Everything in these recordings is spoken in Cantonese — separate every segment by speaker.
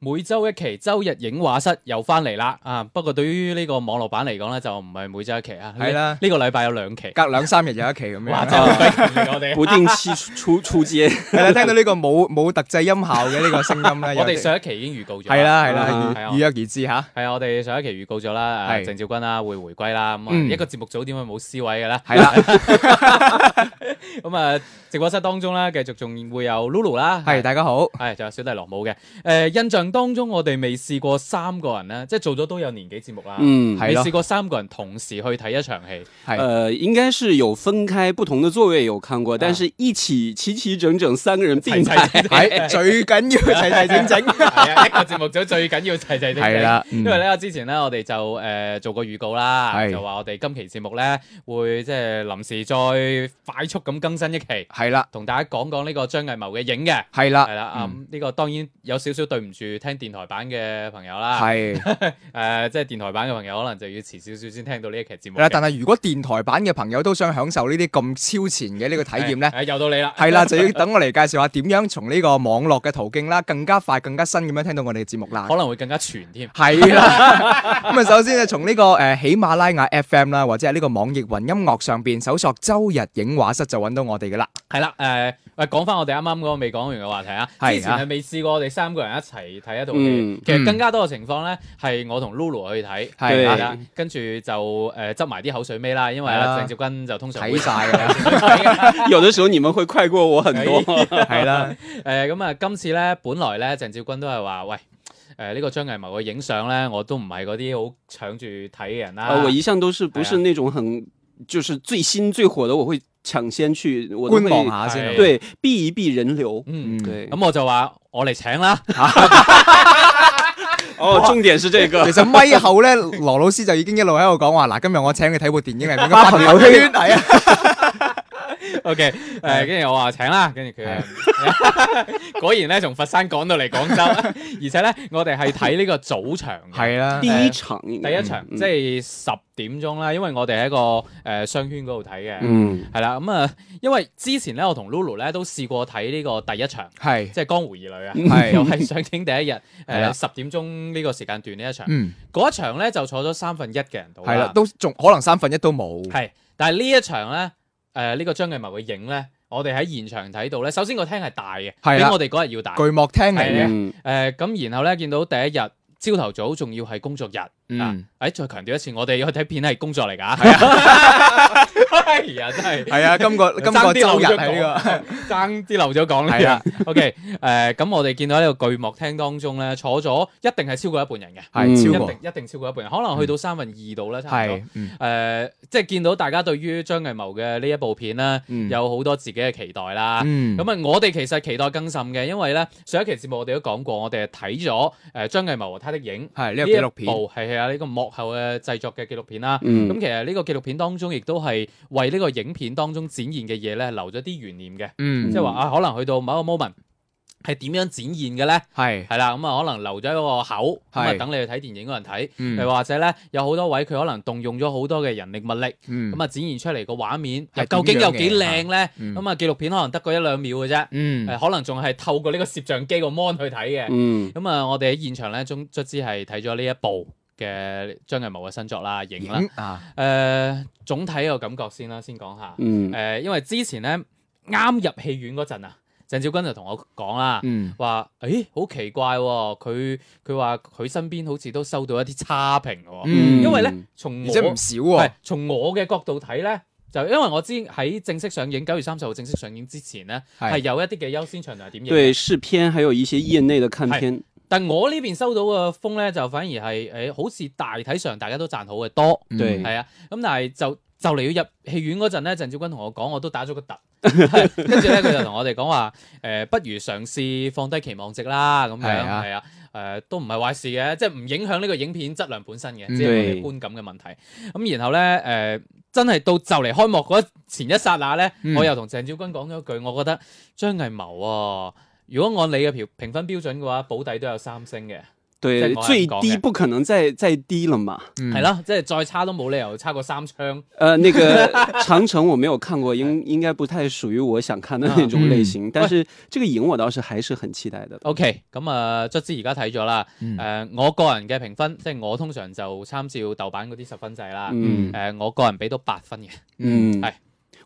Speaker 1: 每周一期周日影畫室又翻嚟啦啊！不過對於呢個網絡版嚟講咧，就唔係每周一期啊。
Speaker 2: 係啦啊
Speaker 1: 呢個禮拜有兩期。
Speaker 2: 隔兩三日有一期咁
Speaker 1: 哇！
Speaker 2: 樣。
Speaker 1: 真係好逼我哋。
Speaker 3: 不定期出 出 街，
Speaker 2: 係啦，聽到呢個冇冇特製音效嘅呢個聲 音咧，
Speaker 1: 我
Speaker 2: 有
Speaker 1: 哋
Speaker 2: 啲
Speaker 1: 上一期已經預告咗。
Speaker 2: 係啦係
Speaker 1: 啊
Speaker 2: 啦
Speaker 1: 係，啊
Speaker 2: 預預約而至吓。
Speaker 1: 係啊，我哋上一期預告咗啦，誒
Speaker 2: 係
Speaker 1: 鄭少君啦會回歸啦，咁啊
Speaker 2: 嗯
Speaker 1: 一個節目組點會冇 C 位嘅咧？
Speaker 2: 係啦，
Speaker 1: 咁啊直播室當中啦，繼續仲會有 Lulu 啦，
Speaker 2: 係大家好。
Speaker 1: 係仲有小弟羅姆嘅。誒印象當中，我哋未試過三個人咧，即係做咗都有年幾節目啦，
Speaker 3: 嗯，
Speaker 2: 係
Speaker 1: 未
Speaker 2: 咯
Speaker 1: 試過三個人同時去睇一場 戲。
Speaker 2: 係
Speaker 3: 呃，應該是有分開不同的座位有看過，但是一起齊齊整整三個人並排，
Speaker 2: 係最緊要齊齊 整整。
Speaker 1: 系啊，一個節目組最緊要齊齊整整。
Speaker 2: 係啦嗯
Speaker 1: 因為咧之前咧我哋就诶做過預告啦，
Speaker 2: 係
Speaker 1: 就話我哋今期節目咧會即係臨時再快速咁更新一期，
Speaker 2: 係啦
Speaker 1: 同大家講講呢個張藝謀嘅影嘅。
Speaker 2: 係
Speaker 1: 係
Speaker 2: 啦
Speaker 1: 啦，啊
Speaker 2: 嗯
Speaker 1: 呢個當然有少少對唔住聽電台版嘅朋友啦，
Speaker 2: 係。
Speaker 1: 誒即係電台版嘅朋友可能就要遲少少先聽到呢一期節目
Speaker 2: 係啦，
Speaker 1: 嘅。
Speaker 2: 但係如果電台版嘅朋友都想享受呢啲咁超前嘅呢個體驗 咧
Speaker 1: 係，，誒又到你啦，
Speaker 2: 係啦，就要等我嚟介紹下點樣從呢個網絡嘅途徑啦，更加快、更加新咁樣聽到我哋嘅節目啦。
Speaker 1: 可能會更加全添。
Speaker 2: 係啦， 咁啊，首先咧，從呢個誒喜馬拉雅 FM 啦，或者係呢個網易雲音樂上邊搜索周日影畫室就揾到我哋噶啦。
Speaker 1: 係啦，誒喂，講翻我哋啱啱嗰個未講完嘅話題啊，
Speaker 2: 係啊
Speaker 1: 之前係未試過我哋三個人一齊睇一套
Speaker 3: 嗯
Speaker 1: 戲，其實更加多嘅情況咧係我同 Lulu 去睇，
Speaker 2: 係
Speaker 1: 係啦，跟住就誒執埋啲口水尾啦，因為
Speaker 2: 係啦
Speaker 1: 鄭少君就通常
Speaker 2: 睇晒啊㗎啦
Speaker 1: 啦。
Speaker 3: 有的時候你們會快過我很多。
Speaker 2: 係啦，
Speaker 1: 誒咁啊，今次咧本來咧鄭少君都係話喂。誒呢個張藝謀嘅影相咧，我都唔係嗰啲好搶住睇嘅人啦。
Speaker 3: 呃，我一向都是不是那種
Speaker 1: 哎
Speaker 3: 很就是最新最火的，我會搶先去，我都會
Speaker 2: 觀望下先
Speaker 1: 係
Speaker 2: 啊。
Speaker 3: 對，避一避人流。
Speaker 1: 哎嗯，
Speaker 2: 嗯，
Speaker 3: 對，
Speaker 1: 咁我就話我嚟請啦。
Speaker 3: 哦，重點是這個
Speaker 1: 哎
Speaker 2: 其。實咪後咧，羅老師就已經一路喺度講話，嗱，今日我請佢睇部電影嚟，應該
Speaker 3: 發朋友圈
Speaker 2: 係啊，
Speaker 1: OK，誒， 跟住我話請啦，跟住佢 果然咧，從佛山趕到嚟廣州， 而且咧，我哋係睇呢個早場嘅。
Speaker 2: 係啦
Speaker 3: 第，一場應
Speaker 1: 第
Speaker 3: 該，
Speaker 1: 一場
Speaker 3: 嗯
Speaker 1: 即係十點鐘啦，因為我哋喺一個誒、呃商圈嗰度睇嘅，
Speaker 3: 嗯，
Speaker 1: 係啦咁啊，因為之前咧我同 Lulu 咧都試過睇呢個第一場，
Speaker 2: 係，
Speaker 1: 即係《江湖兒女》啊，
Speaker 2: 嗯係
Speaker 1: 又係上映第一日
Speaker 2: 係啦
Speaker 1: 誒十點鐘呢個時間段呢一場，
Speaker 2: 嗯，
Speaker 1: 嗰一場咧就坐咗三分一嘅人度
Speaker 2: 係啦，都仲可能三分一都冇，
Speaker 1: 係，但係呢一場咧，誒、呢個張藝謀嘅影咧，我哋喺現場睇到咧，首先個廳係大嘅，
Speaker 2: 係
Speaker 1: 比
Speaker 2: 啦
Speaker 1: 我哋嗰日要大。誒
Speaker 2: 巨幕廳嚟
Speaker 1: 係啊
Speaker 2: 嘅，
Speaker 3: 嗯
Speaker 1: 咁、然後咧見到第一日。朝頭早仲要係工作日，誒、
Speaker 2: 嗯，
Speaker 1: 哎再強調一次，我哋去睇片係工作嚟㗎， 係啊，真係
Speaker 2: 係啊，今個 今
Speaker 1: 爭
Speaker 2: 個
Speaker 1: 啲漏
Speaker 2: 周日
Speaker 1: 咗
Speaker 2: 係呢
Speaker 1: 講爭啲漏 咗講呢
Speaker 2: 係啊
Speaker 1: 樣。OK，誒、咁我哋見到喺呢個巨幕廳當中咧，坐咗一定係超過一半人嘅，
Speaker 2: 個，
Speaker 3: 嗯
Speaker 2: 係超
Speaker 1: 一
Speaker 2: 過
Speaker 1: 定，一定超過一半人，可能去到三分二度啦，差唔多
Speaker 2: 係。，
Speaker 1: 誒、
Speaker 2: 嗯
Speaker 1: 呃即係見到大家對於張藝謀嘅呢一部片咧，
Speaker 2: 嗯
Speaker 1: 有好多自己嘅期待啦。
Speaker 2: 嗯
Speaker 1: 咁啊、我哋其實期待更甚嘅，因為咧上一期節目我哋都講過，我哋係睇咗誒張藝謀和他的影
Speaker 2: 係呢
Speaker 1: 呢
Speaker 2: 個紀
Speaker 1: 一
Speaker 2: 錄片，
Speaker 1: 部係係啊呢個幕後嘅製作嘅紀錄片啦。咁、
Speaker 3: 嗯
Speaker 1: 其實呢個紀錄片當中，亦都係為呢個影片當中展現嘅嘢咧，留咗啲懸念嘅，
Speaker 2: 嗯
Speaker 1: 即係話啊，可能去到某一個 moment 係點樣展現嘅咧？
Speaker 2: 係，
Speaker 1: 係啦，咁啊可能留咗一個口，咁啊
Speaker 2: 係
Speaker 1: 等你去睇電影嗰陣睇。
Speaker 2: 嗯
Speaker 1: 又或者咧，有好多位佢可能動用咗好多嘅人力物力，
Speaker 2: 嗯
Speaker 1: 咁啊展現出嚟個畫面，
Speaker 2: 係
Speaker 1: 究竟有幾靚咧？
Speaker 2: 嗯
Speaker 1: 咁啊紀錄片可能得個一兩秒嘅啫，
Speaker 2: 嗯
Speaker 1: 誒可能仲係透過呢個攝像機個 mon 去睇嘅。
Speaker 3: 嗯，
Speaker 1: 咁啊，我哋喺現場咧，總卒之係睇咗呢一部嘅張藝謀嘅新作啦，影嗯啦。呃
Speaker 2: 影啊，
Speaker 1: 誒總體個感覺先啦，先講下。
Speaker 3: 嗯
Speaker 1: 誒，因為之前咧啱入戲院嗰陣啊，鄭少君就同我講啦。
Speaker 2: 嗯
Speaker 1: 話誒好奇怪喎、佢佢話佢身邊好似都收到一啲差評喎、
Speaker 2: 嗯
Speaker 1: 因為咧從
Speaker 2: 而且
Speaker 1: 我
Speaker 2: 唔少
Speaker 1: 係
Speaker 2: 喎，
Speaker 1: 從我嘅角度睇咧，就因為我知喺正式上映九月三十號正式上映之前咧，係
Speaker 2: 係
Speaker 1: 有一啲嘅優先場同係點映
Speaker 3: 對
Speaker 1: 嘅，
Speaker 3: 試片，還有一些業內的看
Speaker 1: 係
Speaker 3: 片，
Speaker 1: 但我呢邊收到嘅風咧就反而係誒、好似大體上大家都讚好嘅多，
Speaker 2: 嗯
Speaker 3: 對
Speaker 1: 係啊，咁但係就就嚟要入戲院嗰陣咧，鄭少君同我講，我都打咗個 突，係跟住咧佢就同我哋講話，誒、不如嘗試放低期望值啦，咁樣
Speaker 2: 係啊
Speaker 1: 係啊，誒、都唔係壞事嘅，即係唔影響呢個影片質量本身嘅，
Speaker 2: 嗯
Speaker 1: 只係我哋
Speaker 3: 對
Speaker 1: 觀感嘅問題。咁然後咧，誒、真係到就嚟開幕嗰前一剎那咧，
Speaker 2: 嗯
Speaker 1: 我又同鄭少君講咗一句，我覺得張藝謀啊，如果按你嘅評評分標準嘅話，保底都有三星嘅，即
Speaker 3: 对
Speaker 1: 係，我
Speaker 3: 最
Speaker 1: 講
Speaker 3: 低
Speaker 1: 嘅
Speaker 3: 不可能再再低了嘛。
Speaker 2: 嗯
Speaker 1: 係啦、即係再差都冇理由差過三槍。
Speaker 3: 呃，那个长城我没有看过，应应该不太属于我想看的那种类型。但是这个影我倒是还是很期待的。
Speaker 1: OK，咁啊，卒之而家睇咗啦。
Speaker 3: 嗯
Speaker 1: 誒、我個人嘅評分，即係我通常就參照豆瓣嗰啲十分制啦。誒、
Speaker 3: 嗯
Speaker 1: 我個人俾到八分嘅。
Speaker 3: 嗯
Speaker 1: 哎，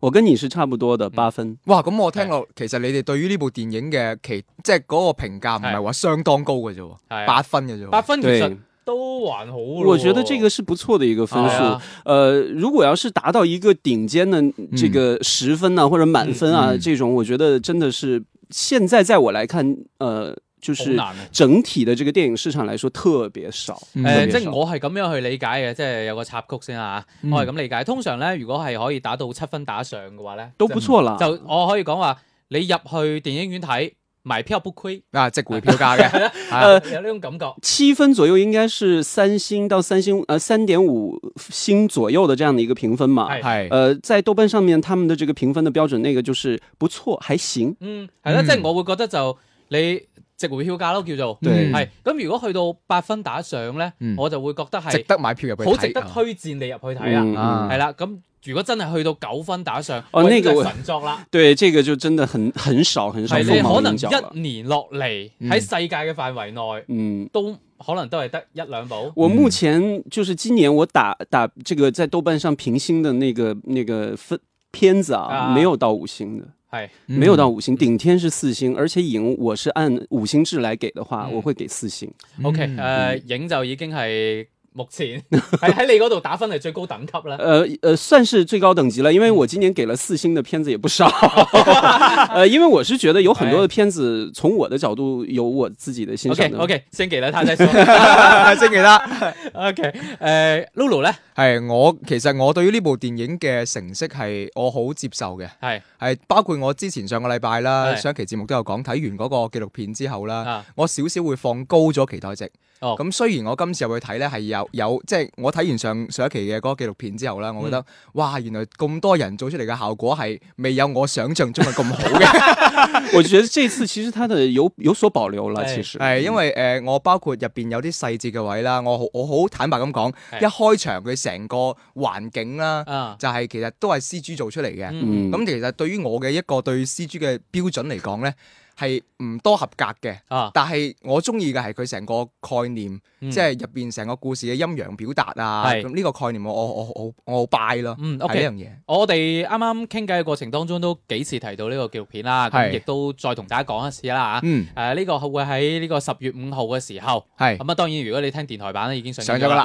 Speaker 3: 我跟你是差不多的，八分。
Speaker 2: 哇，咁我聽落，其實你哋對於呢部電影嘅期，即係嗰個評價唔係話相當高嘅啫喎，
Speaker 1: 係啊
Speaker 2: 八分嘅啫喎。
Speaker 1: 八分其
Speaker 3: 对
Speaker 1: 實，都還好咯
Speaker 3: 嗯我觉得这个是不错的一个分
Speaker 1: 係啊
Speaker 3: 数。呃，如果要是达到一个顶尖的这个十分啊，或者满分啊，
Speaker 2: 嗯嗯
Speaker 3: 这种我觉得真的是现在在我来看，呃，就
Speaker 1: 好
Speaker 3: 是
Speaker 1: 難啊。
Speaker 3: 整体的这个电影市场来说特别少。
Speaker 2: 嗯
Speaker 1: 誒、
Speaker 3: 特別
Speaker 1: 即係
Speaker 3: 少
Speaker 1: 我係咁樣去理解嘅，即係有個插曲先啊，
Speaker 2: 嗯
Speaker 1: 我係咁理解。通常咧，如果係可以打到七分打上嘅話咧，
Speaker 3: 都不錯啦。
Speaker 1: 就我可以講話，你入去電影院睇買票不虧，
Speaker 2: 啊，值回票價嘅，
Speaker 3: 呃
Speaker 2: 係啊
Speaker 1: 有呢種感覺。
Speaker 3: 七分左右应该是三星到三星呃三点五星左右的这样的一个评分嘛。
Speaker 1: 哎
Speaker 2: 係
Speaker 3: 呃，在豆瓣上面他们的这个评分的标准，那个就是不错，还行。
Speaker 1: 嗯，係啦，
Speaker 2: 嗯
Speaker 1: 即係我會覺得就你值回票價咯，叫做
Speaker 3: 對
Speaker 1: 係。咁如果去到八分打上咧
Speaker 2: 嗯，
Speaker 1: 我就會覺得
Speaker 2: 值
Speaker 1: 係
Speaker 2: 得買票入去睇。
Speaker 1: 好值得推薦你入去睇啦。
Speaker 3: 嗯
Speaker 2: 啊
Speaker 1: 係啦，咁如果真係去到九分打上，
Speaker 3: 哦
Speaker 1: 喂
Speaker 3: 呢個
Speaker 1: 就
Speaker 3: 我
Speaker 1: 神作 啦。
Speaker 3: 对，这个就真的很 很少很少
Speaker 1: 係
Speaker 3: 凤
Speaker 1: 你哎可
Speaker 3: 毛麟
Speaker 1: 能
Speaker 3: 角了。
Speaker 1: 一年落嚟
Speaker 2: 嗯
Speaker 1: 喺世界嘅範圍內，
Speaker 3: 嗯，
Speaker 1: 都可能都係得一兩部。
Speaker 3: 我目前就是今年我打打这个在豆瓣上评星的那个那个分片子啊，
Speaker 1: 啊哎
Speaker 3: 没有到五星的，
Speaker 1: 係
Speaker 2: 嗯
Speaker 3: 没有到五星，顶天是四星，而且影我是按五星制来给的话，
Speaker 1: 嗯
Speaker 3: 我会给四星。
Speaker 1: OK， 啊
Speaker 2: 嗯
Speaker 1: 誒影就已經係目 前係喺你嗰度打分係最高等級啦。
Speaker 3: 呃呃，算是最高等级了，因为我今年给了四星的片子也不少。 呃，因为我是觉得有很多的片子，从我的角度有我自己的欣赏
Speaker 1: OK
Speaker 3: 的。
Speaker 1: OK，先 給啦，他再說。
Speaker 2: 星期啦。
Speaker 1: OK，誒 Lulu 咧
Speaker 2: 係我其實我對於呢部電影嘅成績係我好接受嘅，
Speaker 1: 係
Speaker 2: 係包括我之前上個禮拜啦，
Speaker 1: 係
Speaker 2: 上期節目都有講，睇完嗰個紀錄片之後啦，
Speaker 1: 啊，
Speaker 2: 我少少會放高咗期待值。
Speaker 1: 哦
Speaker 2: 咁雖然我今次入去睇呢係有有，即係我睇完上上一期嘅嗰個紀錄片之後啦，
Speaker 1: 嗯
Speaker 2: 我覺得哇，原來咁多人做出嚟嘅效果係未有我想象中嘅咁好嘅。
Speaker 3: 我觉得这次其实它的有有所保留了，
Speaker 1: 哎
Speaker 3: 其实
Speaker 2: 係因為誒、呃我包括入邊有啲細節嘅位啦，我好我好坦白咁講，
Speaker 1: 係
Speaker 2: 一開場佢成個環境啦，
Speaker 1: 啊，
Speaker 2: 就係、其實都係 C G 做出嚟嘅。咁、
Speaker 1: 嗯
Speaker 3: 嗯，
Speaker 2: 其實對於我嘅一個對 C G 嘅標準嚟講咧，係唔多合格嘅。
Speaker 1: 啊，
Speaker 2: 但係我中意嘅係佢成個概念，
Speaker 1: 嗯
Speaker 2: 即係入邊成個故事嘅陰陽表達啊。
Speaker 1: 係
Speaker 2: 咁呢個概念我我我我我好 buy 咯，
Speaker 1: 嗯
Speaker 2: 係呢
Speaker 1: ，OK。
Speaker 2: 樣嘢。
Speaker 1: 我哋啱啱傾偈嘅過程當中都幾次提到呢個紀錄片啦，咁
Speaker 2: 係
Speaker 1: 亦都再同大家講一次啦嚇。
Speaker 2: 嗯，
Speaker 1: 誒呢個會喺呢個十月五號嘅時候，
Speaker 2: 係
Speaker 1: 咁啊當然如果你聽電台版咧已經上
Speaker 2: 上
Speaker 1: 映
Speaker 2: 咗
Speaker 1: 咗
Speaker 2: 㗎
Speaker 1: 啦，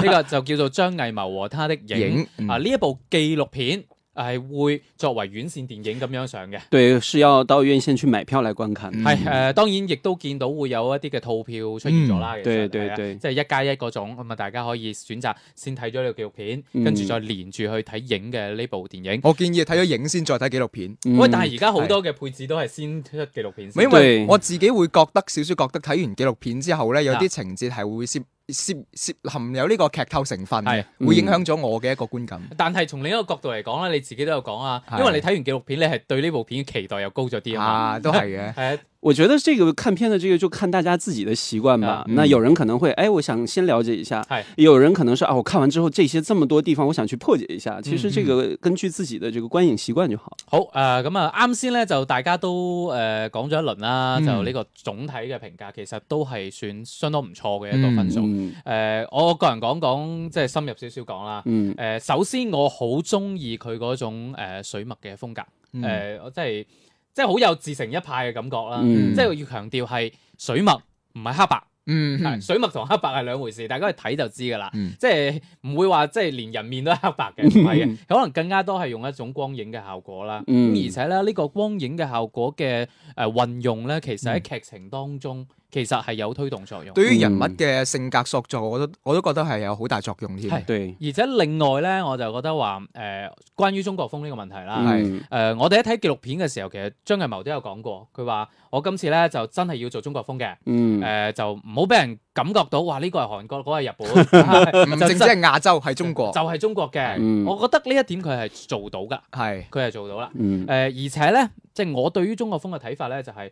Speaker 1: 呢個就叫做張藝謀和他的影
Speaker 2: 影嗯
Speaker 1: 啊呢一部紀錄片係會作為院線電影咁樣上嘅。
Speaker 3: 对，是要到院线去买票来观看的。
Speaker 2: 嗯
Speaker 1: 係誒、呃，當然亦都見到會有一啲嘅套票出現咗
Speaker 2: 嗯
Speaker 1: 啦。其實
Speaker 3: 對對
Speaker 1: 係啊
Speaker 3: 對
Speaker 1: 即係一加一嗰種咁啊，大家可以選擇先睇咗呢個紀錄片，
Speaker 3: 嗯
Speaker 1: 跟住再連住去睇影嘅呢部電影。
Speaker 2: 我建議睇咗影先再睇紀錄片。
Speaker 3: 嗯
Speaker 1: 喂、但係而家好多嘅配置都係先出紀錄片
Speaker 2: 唔係
Speaker 1: 先。
Speaker 2: 因為
Speaker 3: 對
Speaker 2: 我自己會覺得少少覺得睇完紀錄片之後咧，有
Speaker 1: 啊
Speaker 2: 啲情節係會涉涉涉含有呢個劇透成分嘅，
Speaker 3: 係
Speaker 1: 嗯
Speaker 2: 會影響咗我嘅一個觀感。
Speaker 1: 但係從另一個角度嚟講咧，你自己都有講啊，
Speaker 2: 係
Speaker 1: 因為你睇完紀錄片，你係對呢部片嘅期待又高咗啲啊嘛。。
Speaker 2: 啊，都係嘅
Speaker 1: 係啊，
Speaker 3: 我觉得这个看片的这个就看大家自己的习惯吧
Speaker 1: 啊。
Speaker 2: 嗯
Speaker 3: 那有人可能会，哎，我想先了解一下；
Speaker 1: 係
Speaker 3: 有人可能是啊，我看完之后这些这么多地方，我想去破解一下。其实这个根据自己的这个观影习惯就好。
Speaker 1: 好誒，呃咁啊啱先咧就大家都誒、呃、講咗一輪啦，
Speaker 2: 嗯
Speaker 1: 就呢個總體嘅評價其實都係算相當唔錯嘅一個分數。
Speaker 3: 嗯
Speaker 1: 誒、我個人講講，即係深入少少講啦。誒、
Speaker 3: 嗯，
Speaker 1: 首先我好中意佢嗰種、呃、水墨嘅風格，誒、
Speaker 2: 嗯
Speaker 1: 我真係呃即係好有自成一派嘅感覺啦。
Speaker 3: 嗯
Speaker 1: 即係我要強調係水墨唔係黑白，
Speaker 2: 嗯，
Speaker 1: 係水墨同黑白係兩回事，大家去睇就知㗎啦。
Speaker 2: 嗯
Speaker 1: 即係唔會話即係連人面都係黑白 嘅，唔係嘅，可能更加多係用一種光影嘅效果啦。咁、
Speaker 3: 嗯
Speaker 1: 呃而且咧，呢、個光影嘅效果嘅誒運用咧，其實喺劇情當中其實係有推動作用。
Speaker 2: 嗯對於人物嘅性格塑造，我都我都覺得係有好大作用添。
Speaker 1: 係
Speaker 3: 对，
Speaker 1: 而且另外咧，我就覺得話誒、呃，關於中國風呢個問題啦，誒、
Speaker 3: 嗯
Speaker 1: 呃我哋喺睇紀錄片嘅時候，其實張藝謀都有講過，佢話我今次咧就真係要做中國風嘅，誒、呃
Speaker 3: 嗯，
Speaker 1: 就唔好俾人感覺到哇呢個係韓國，嗰、個 係日
Speaker 2: 唔
Speaker 1: 本，啊
Speaker 2: 淨止係亞洲，係中國
Speaker 1: 就，係中國嘅。
Speaker 3: 嗯
Speaker 1: 我覺得呢一點佢係做到噶，
Speaker 2: 係
Speaker 1: 佢係做到啦。誒、
Speaker 3: 嗯，
Speaker 1: 而且咧，即係我對於中國風嘅睇法咧，就係、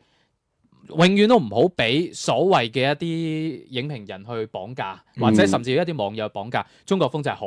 Speaker 1: 永遠都唔好俾所謂嘅一啲影評人去綁架，或者
Speaker 3: 嗯
Speaker 1: 甚至一啲網友綁架中國風就係好，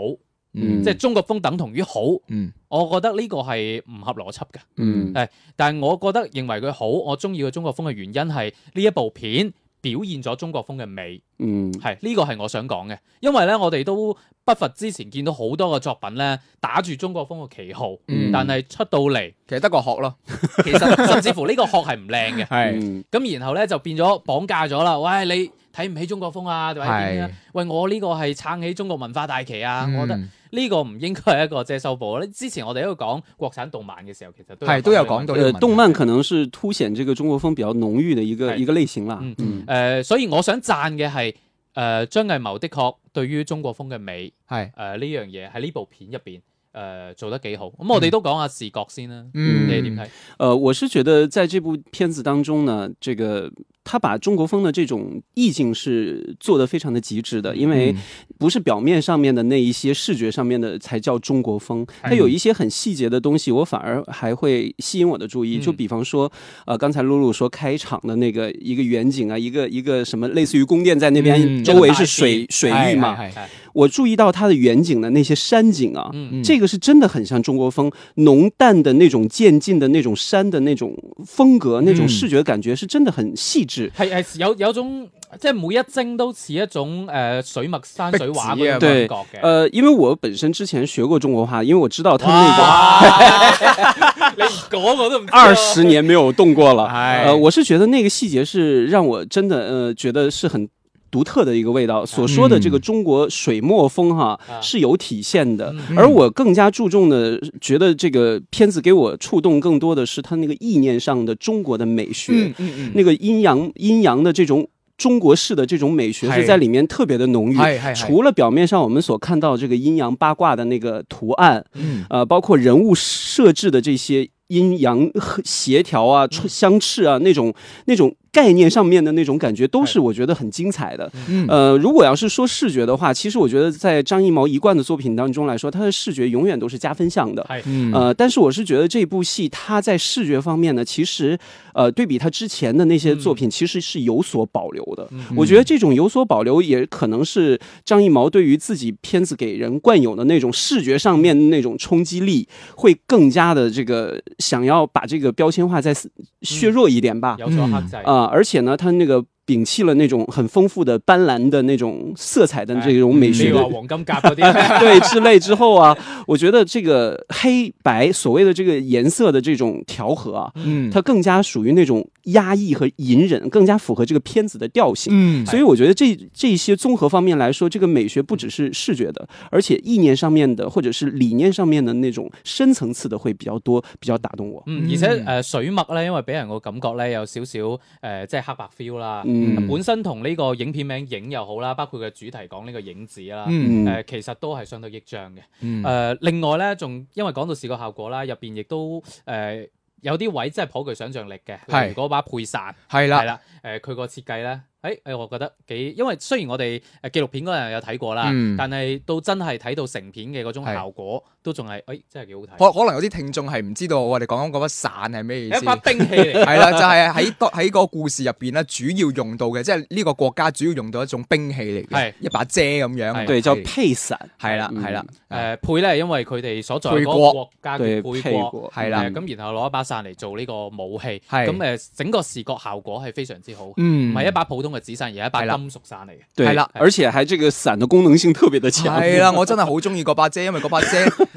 Speaker 3: 嗯
Speaker 1: 即係中國風等同於好。
Speaker 2: 嗯
Speaker 1: 我覺得呢個係唔合邏輯嘅，
Speaker 3: 嗯，
Speaker 1: 但係我覺得認為佢好，我中意佢中國風嘅原因係呢一部片表現咗中國風嘅美，
Speaker 3: 嗯，
Speaker 1: 係呢個係我想講嘅。因為咧，我哋都不乏之前見到好多嘅作品咧，打住中國風嘅旗號，
Speaker 2: 嗯
Speaker 1: 但係出到嚟，
Speaker 2: 其實得個學咯，
Speaker 1: 其實 甚至乎呢個殼係唔靚嘅。
Speaker 2: 係
Speaker 3: 嗯
Speaker 1: 咁然後咧就變咗綁架咗啦，喂你睇唔起中國風啊，或者點啊
Speaker 2: 係？
Speaker 1: 喂我呢個係撐起中國文化大旗啊，我覺得。
Speaker 2: 嗯
Speaker 1: 呢個唔應該係一個遮羞布。之前我哋喺度講國產動漫嘅時候，其實都
Speaker 2: 係都有講
Speaker 1: 到。
Speaker 2: 到呢個
Speaker 3: 呃，
Speaker 2: 問題
Speaker 3: 动漫可能是凸显这个中国风比较浓郁的一个
Speaker 1: 哎
Speaker 3: 一个类型啦
Speaker 1: 嗯。
Speaker 3: 嗯
Speaker 1: 誒、所以我想讚嘅係誒張藝謀的確對於中國風嘅美
Speaker 2: 係
Speaker 1: 誒呢樣嘢喺呢部片入邊誒做得幾好。咁我哋都講下視覺先啦，
Speaker 2: 嗯
Speaker 1: 你哋點睇？
Speaker 3: 呃，我是觉得在这部片子当中呢，这个他把中国风的这种意境是做得非常的极致的，因为不是表面上面的那一些视觉上面的才叫中国风，它有一些很细节的东西，我反而还会吸引我的注意。
Speaker 1: 嗯
Speaker 3: 就比方说，呃，刚才露露说开场的那个一个远景啊，一个一个什么类似于宫殿在那边，
Speaker 2: 嗯
Speaker 3: 周围是水水
Speaker 1: 哎
Speaker 3: 域嘛，
Speaker 2: 係係係
Speaker 3: 我注意到它的远景的那些山景啊，
Speaker 1: 嗯
Speaker 3: 这个是真的很像中国风，浓淡的那种渐进的那种山的那种风格，那种视觉感觉是真的很细致。
Speaker 1: 係係有有種即係每一幀都似一種誒、呃水墨山水畫
Speaker 2: 壁紙
Speaker 1: 嗰種感
Speaker 2: 啊
Speaker 3: 对
Speaker 1: 覺嘅。
Speaker 3: 呃，因为我本身之前学过中国画，因为我知道它那个
Speaker 1: 哇！你唔講我 都唔知啊
Speaker 3: 二十年没有动过了。
Speaker 2: 哎
Speaker 3: 呃，我是觉得那个细节是让我真的呃觉得是很。独特的一个
Speaker 2: 嗯
Speaker 3: 味道，所说的这个中国水墨风哈、
Speaker 1: 啊
Speaker 3: 是有体现的，
Speaker 1: 嗯
Speaker 3: 而我更加注重的，觉得这个片子给我触动更多的是它那个意念上的中国的美学，
Speaker 2: 嗯嗯嗯，
Speaker 3: 那个阴阳阴阳的这种中国式的这种美学
Speaker 2: 嗨
Speaker 3: 是在里面特别的浓郁。
Speaker 2: 係係係
Speaker 3: 除了表面上我们所看到这个阴阳八卦的那个图案，
Speaker 2: 嗯
Speaker 3: 呃，包括人物设置的这些阴阳和协调啊、出相斥啊那种那种概念上面的那种感觉，都是我觉得很精彩的。
Speaker 2: 嗯
Speaker 3: 呃，如果要是说视觉的话，其实我觉得在张艺谋一贯的作品当中来说，他的视觉永远都是加分项的。
Speaker 1: 係
Speaker 2: 嗯
Speaker 3: 呃，但是我是觉得这部戏它在视觉方面呢，其实呃对比它之前的那些作品，其实是有所保留的。
Speaker 1: 嗯
Speaker 3: 我觉得这种有所保留，也可能是张艺谋对于自己片子给人惯有的那种视觉上面的那种冲击力，会更加的这个想要把这个标签化再
Speaker 1: 嗯
Speaker 3: 削弱一点吧。
Speaker 1: 有所克制。
Speaker 3: 啊、而且呢，他那个摒弃了那种很丰富的斑斓的那种色彩
Speaker 1: 哎
Speaker 3: 的这种美
Speaker 1: 你
Speaker 3: 学
Speaker 1: 話
Speaker 3: 的
Speaker 1: 黃金甲嗰啲。
Speaker 3: 对之类之后啊，我觉得这个黑白所谓的这个颜色的这种调和啊，
Speaker 2: 嗯
Speaker 3: 它更加属于那种压抑和隐忍，更加符合这个片子的调性。
Speaker 2: 嗯
Speaker 3: 所以我觉得这这些综合方面来说，这个美学不只是视觉的，而且意念上面的或者是理念上面的那种深层次的会比较多，比较打动我。
Speaker 1: 嗯，而且誒、
Speaker 2: 嗯
Speaker 1: 呃水墨咧，因為俾人個感覺咧有少少誒、呃即係黑白 feel 啦。
Speaker 3: 嗯
Speaker 1: 本身同呢個影片名影又好啦，包括佢嘅主題講呢個影子啦。誒、
Speaker 2: 嗯
Speaker 1: 其實都係相對益彰嘅。誒、呃
Speaker 2: 嗯
Speaker 1: 另外咧，仲因為講到視覺效果啦，入邊亦都誒、呃有啲位真係頗具想像力嘅，
Speaker 2: 係
Speaker 1: 例如嗰把配傘
Speaker 2: 係
Speaker 1: 係
Speaker 2: 啦，
Speaker 1: 啦。誒，佢個設計咧，誒、誒，我覺得幾，因為雖然我哋誒紀錄片嗰陣有睇過啦，
Speaker 2: 嗯
Speaker 1: 但係到真係睇到成片嘅嗰種
Speaker 2: 係
Speaker 1: 效果，都仲係誒，真係幾好睇。
Speaker 2: 可可能有啲聽眾係唔知道我哋講緊嗰把傘係咩意
Speaker 1: 係一把
Speaker 2: 思。
Speaker 1: 兵器嚟嘅。
Speaker 2: 係啦，就係喺多喺個故事入邊咧，主要用到嘅，即係呢個國家主要用到一種兵器嚟
Speaker 1: 係
Speaker 2: 嘅，一把遮咁樣。
Speaker 1: 係
Speaker 3: 对，叫
Speaker 2: 係
Speaker 3: 配伞。
Speaker 2: 係啦
Speaker 3: 嗯
Speaker 2: 係啦，
Speaker 1: 誒、呃配咧，因為佢哋所在
Speaker 2: 啊配
Speaker 1: 嗰個
Speaker 2: 角
Speaker 1: 國家叫
Speaker 3: 对，
Speaker 1: 配
Speaker 3: 配
Speaker 1: 角。
Speaker 3: 过。
Speaker 2: 係啦
Speaker 1: 誒咁，然後攞一把傘嚟做呢個武器，
Speaker 2: 嗯係
Speaker 1: 咁誒整個視覺效果係非常之好，唔
Speaker 2: 嗯
Speaker 1: 係一把普通嘅紙傘，而係一把
Speaker 2: 係啦
Speaker 1: 金屬傘嚟嘅。
Speaker 3: 对
Speaker 2: 係啦
Speaker 3: 而且还这个伞的功能性特别的 强。
Speaker 2: 係啦，我真係好中意嗰把遮，因為嗰把遮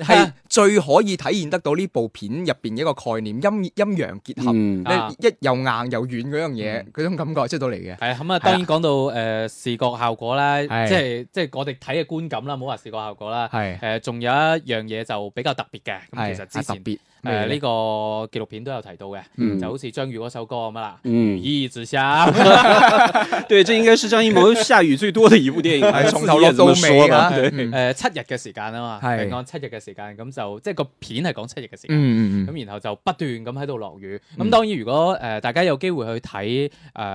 Speaker 2: 係最可以體現得到呢部片入邊一個概念陰陰陽結合，
Speaker 3: 嗯
Speaker 1: 啊嗯
Speaker 2: 你一又硬又軟嗰樣嘢，嗰種感覺出到嚟嘅。
Speaker 1: 系咁啊，當然講到诶視覺效果啦，即
Speaker 2: 係
Speaker 1: 係即系我哋睇嘅觀感啦，唔好話視覺效果啦。
Speaker 2: 係
Speaker 1: 誒，仲有一樣嘢就比較特別嘅，咁
Speaker 2: 係
Speaker 1: 其實
Speaker 2: 啊
Speaker 1: 之
Speaker 2: 特
Speaker 1: 前
Speaker 2: 別
Speaker 1: 誒呢
Speaker 2: 呢
Speaker 1: 個紀錄片都有提到嘅，
Speaker 3: 嗯
Speaker 1: 就好似張宇嗰首歌咁啦，《雨
Speaker 3: 嗯，
Speaker 1: 一直下》
Speaker 3: 对，这应该是张艺谋下雨最多的一部电影，
Speaker 2: 係從頭落
Speaker 3: 自己也這
Speaker 2: 到
Speaker 3: 么
Speaker 2: 尾
Speaker 3: 说吧
Speaker 1: 啊
Speaker 2: 㗎，
Speaker 3: 对
Speaker 2: 嗯
Speaker 1: 誒呃七日嘅時間啊嘛，
Speaker 2: 係
Speaker 1: 係按七日嘅時間，咁就即係個片係講七日嘅時間。
Speaker 2: 嗯嗯嗯
Speaker 1: 咁然後就不斷咁喺度落雨。咁
Speaker 2: 嗯
Speaker 1: 當然，如果誒、呃大家有機會去睇誒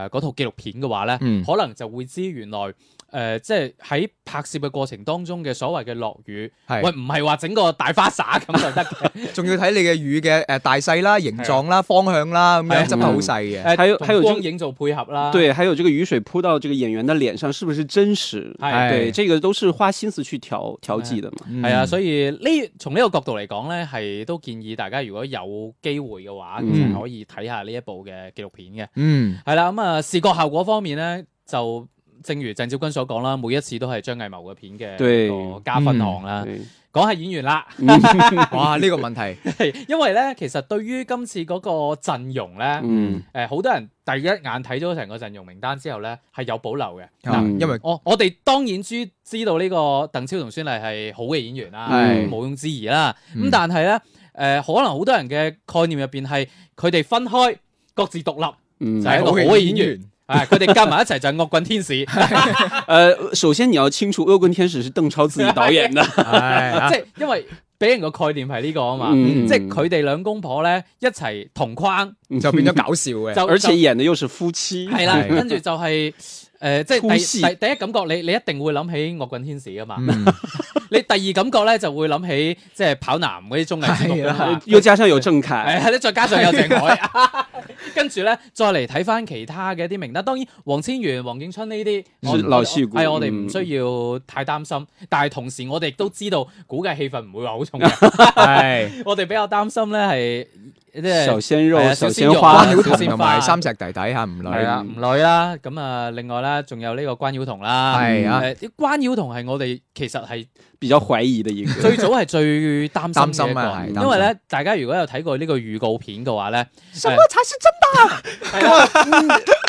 Speaker 1: 嗰套紀錄片嘅話咧，
Speaker 2: 嗯
Speaker 1: 可能就會知原來誒、呃即係喺拍攝嘅過程當中嘅所謂嘅落雨，喂
Speaker 2: 係，
Speaker 1: 唔係話整個大花灑咁就得 嘅。
Speaker 2: 仲要睇你嘅雨嘅誒大細啦、形狀啦、方向啦，咁
Speaker 1: 係啊
Speaker 2: 樣執得好細嘅。
Speaker 1: 誒
Speaker 3: 還有還
Speaker 2: 啊
Speaker 1: 同
Speaker 3: 有就
Speaker 1: 光影做配合啦，
Speaker 3: 对，还有这个雨水扑到这个演员的脸上是不是真实？
Speaker 1: 係
Speaker 3: 对，这个都是花心思去调调剂的嘛。
Speaker 1: 係啊，
Speaker 2: 以
Speaker 1: 所以呢從呢個角度嚟講咧，係都建議大家如果有機會嘅話，其
Speaker 3: 嗯
Speaker 1: 實可以睇下呢一部嘅紀錄片嘅。
Speaker 2: 嗯
Speaker 1: 係啦，咁啊視覺效果方面咧，就正如鄭少君所講啦，每一次都係張藝謀嘅片嘅
Speaker 3: 對嗯
Speaker 1: 一個加分項啦。
Speaker 3: 对，嗯
Speaker 1: 講下演員
Speaker 3: 啊
Speaker 1: 啦，
Speaker 2: 哇呢個問題
Speaker 1: 因為咧其實對於今次嗰個陣容咧，誒
Speaker 3: 嗯，
Speaker 1: 好、多人第一眼睇咗成個陣容名單之後咧係有保留嘅。
Speaker 2: 啊，
Speaker 3: 嗯
Speaker 2: 因為
Speaker 1: 我我哋當然知知道呢個鄧超同孫俪係好嘅演員啦，
Speaker 3: 係
Speaker 1: 毋庸置疑啦。咁、
Speaker 2: 嗯
Speaker 1: 但係咧，誒、可能好多人嘅概念入邊係佢哋分開，各自獨立，
Speaker 3: 嗯
Speaker 1: 就係一個好嘅演員。啊！佢哋加埋一齊就係惡棍天使，
Speaker 3: 呃，首先你要清楚，《恶棍天使》是邓超自己导演 的。
Speaker 2: 係啊
Speaker 1: 即係因為俾人個概念係呢個啊嘛，
Speaker 3: 嗯
Speaker 1: 即係佢哋兩公婆咧一齊同框，
Speaker 2: 就變咗搞笑嘅。
Speaker 1: 就
Speaker 3: 而且
Speaker 1: 就
Speaker 3: 演的又是夫妻。
Speaker 1: 係啦，
Speaker 2: 係
Speaker 1: 跟住就係誒，即
Speaker 3: 粗
Speaker 1: 係
Speaker 3: 線
Speaker 1: 第第第一感覺，你你一定會諗起惡棍天使啊嘛，
Speaker 2: 嗯
Speaker 1: 你第二感覺咧就會諗起即係跑男嗰啲綜藝節目啊嘛
Speaker 3: 呃。又加上有郑恺，
Speaker 1: 係啦，啊再加上有鄭海，啊跟住咧再嚟睇翻其他嘅一啲名單。當然，黃千源、黃景春呢啲我
Speaker 3: 是老戲骨
Speaker 1: 係我哋唔
Speaker 3: 嗯
Speaker 1: 需要太擔心。但係同時，我哋亦都知道，估計氣氛唔會話好重嘅。
Speaker 2: 係
Speaker 1: 我哋比較擔心咧係即
Speaker 3: 小
Speaker 1: 係
Speaker 3: 鮮
Speaker 1: 係
Speaker 3: 肉、
Speaker 1: 啊
Speaker 3: 哎小
Speaker 1: 小鮮
Speaker 3: 鮮
Speaker 1: 肉
Speaker 3: 花
Speaker 2: 關
Speaker 1: 啊。
Speaker 2: 曉
Speaker 1: 小鮮
Speaker 2: 彤同埋
Speaker 1: 花
Speaker 2: 三石弟弟嚇唔
Speaker 1: 係
Speaker 2: 女，
Speaker 1: 啊，吳女啦，咁啊，另外啦，仲有呢個關曉彤啦，
Speaker 2: 係啊
Speaker 1: 誒關曉彤係我哋其實係
Speaker 3: 比較懷疑的一個。
Speaker 1: 最早係最擔心嘅
Speaker 2: 擔
Speaker 1: 一
Speaker 2: 心
Speaker 1: 個
Speaker 2: 啊，係
Speaker 1: 因為咧，大家如果有睇過呢個預告片嘅話 咧，
Speaker 2: 什麼才是真
Speaker 1: 嗯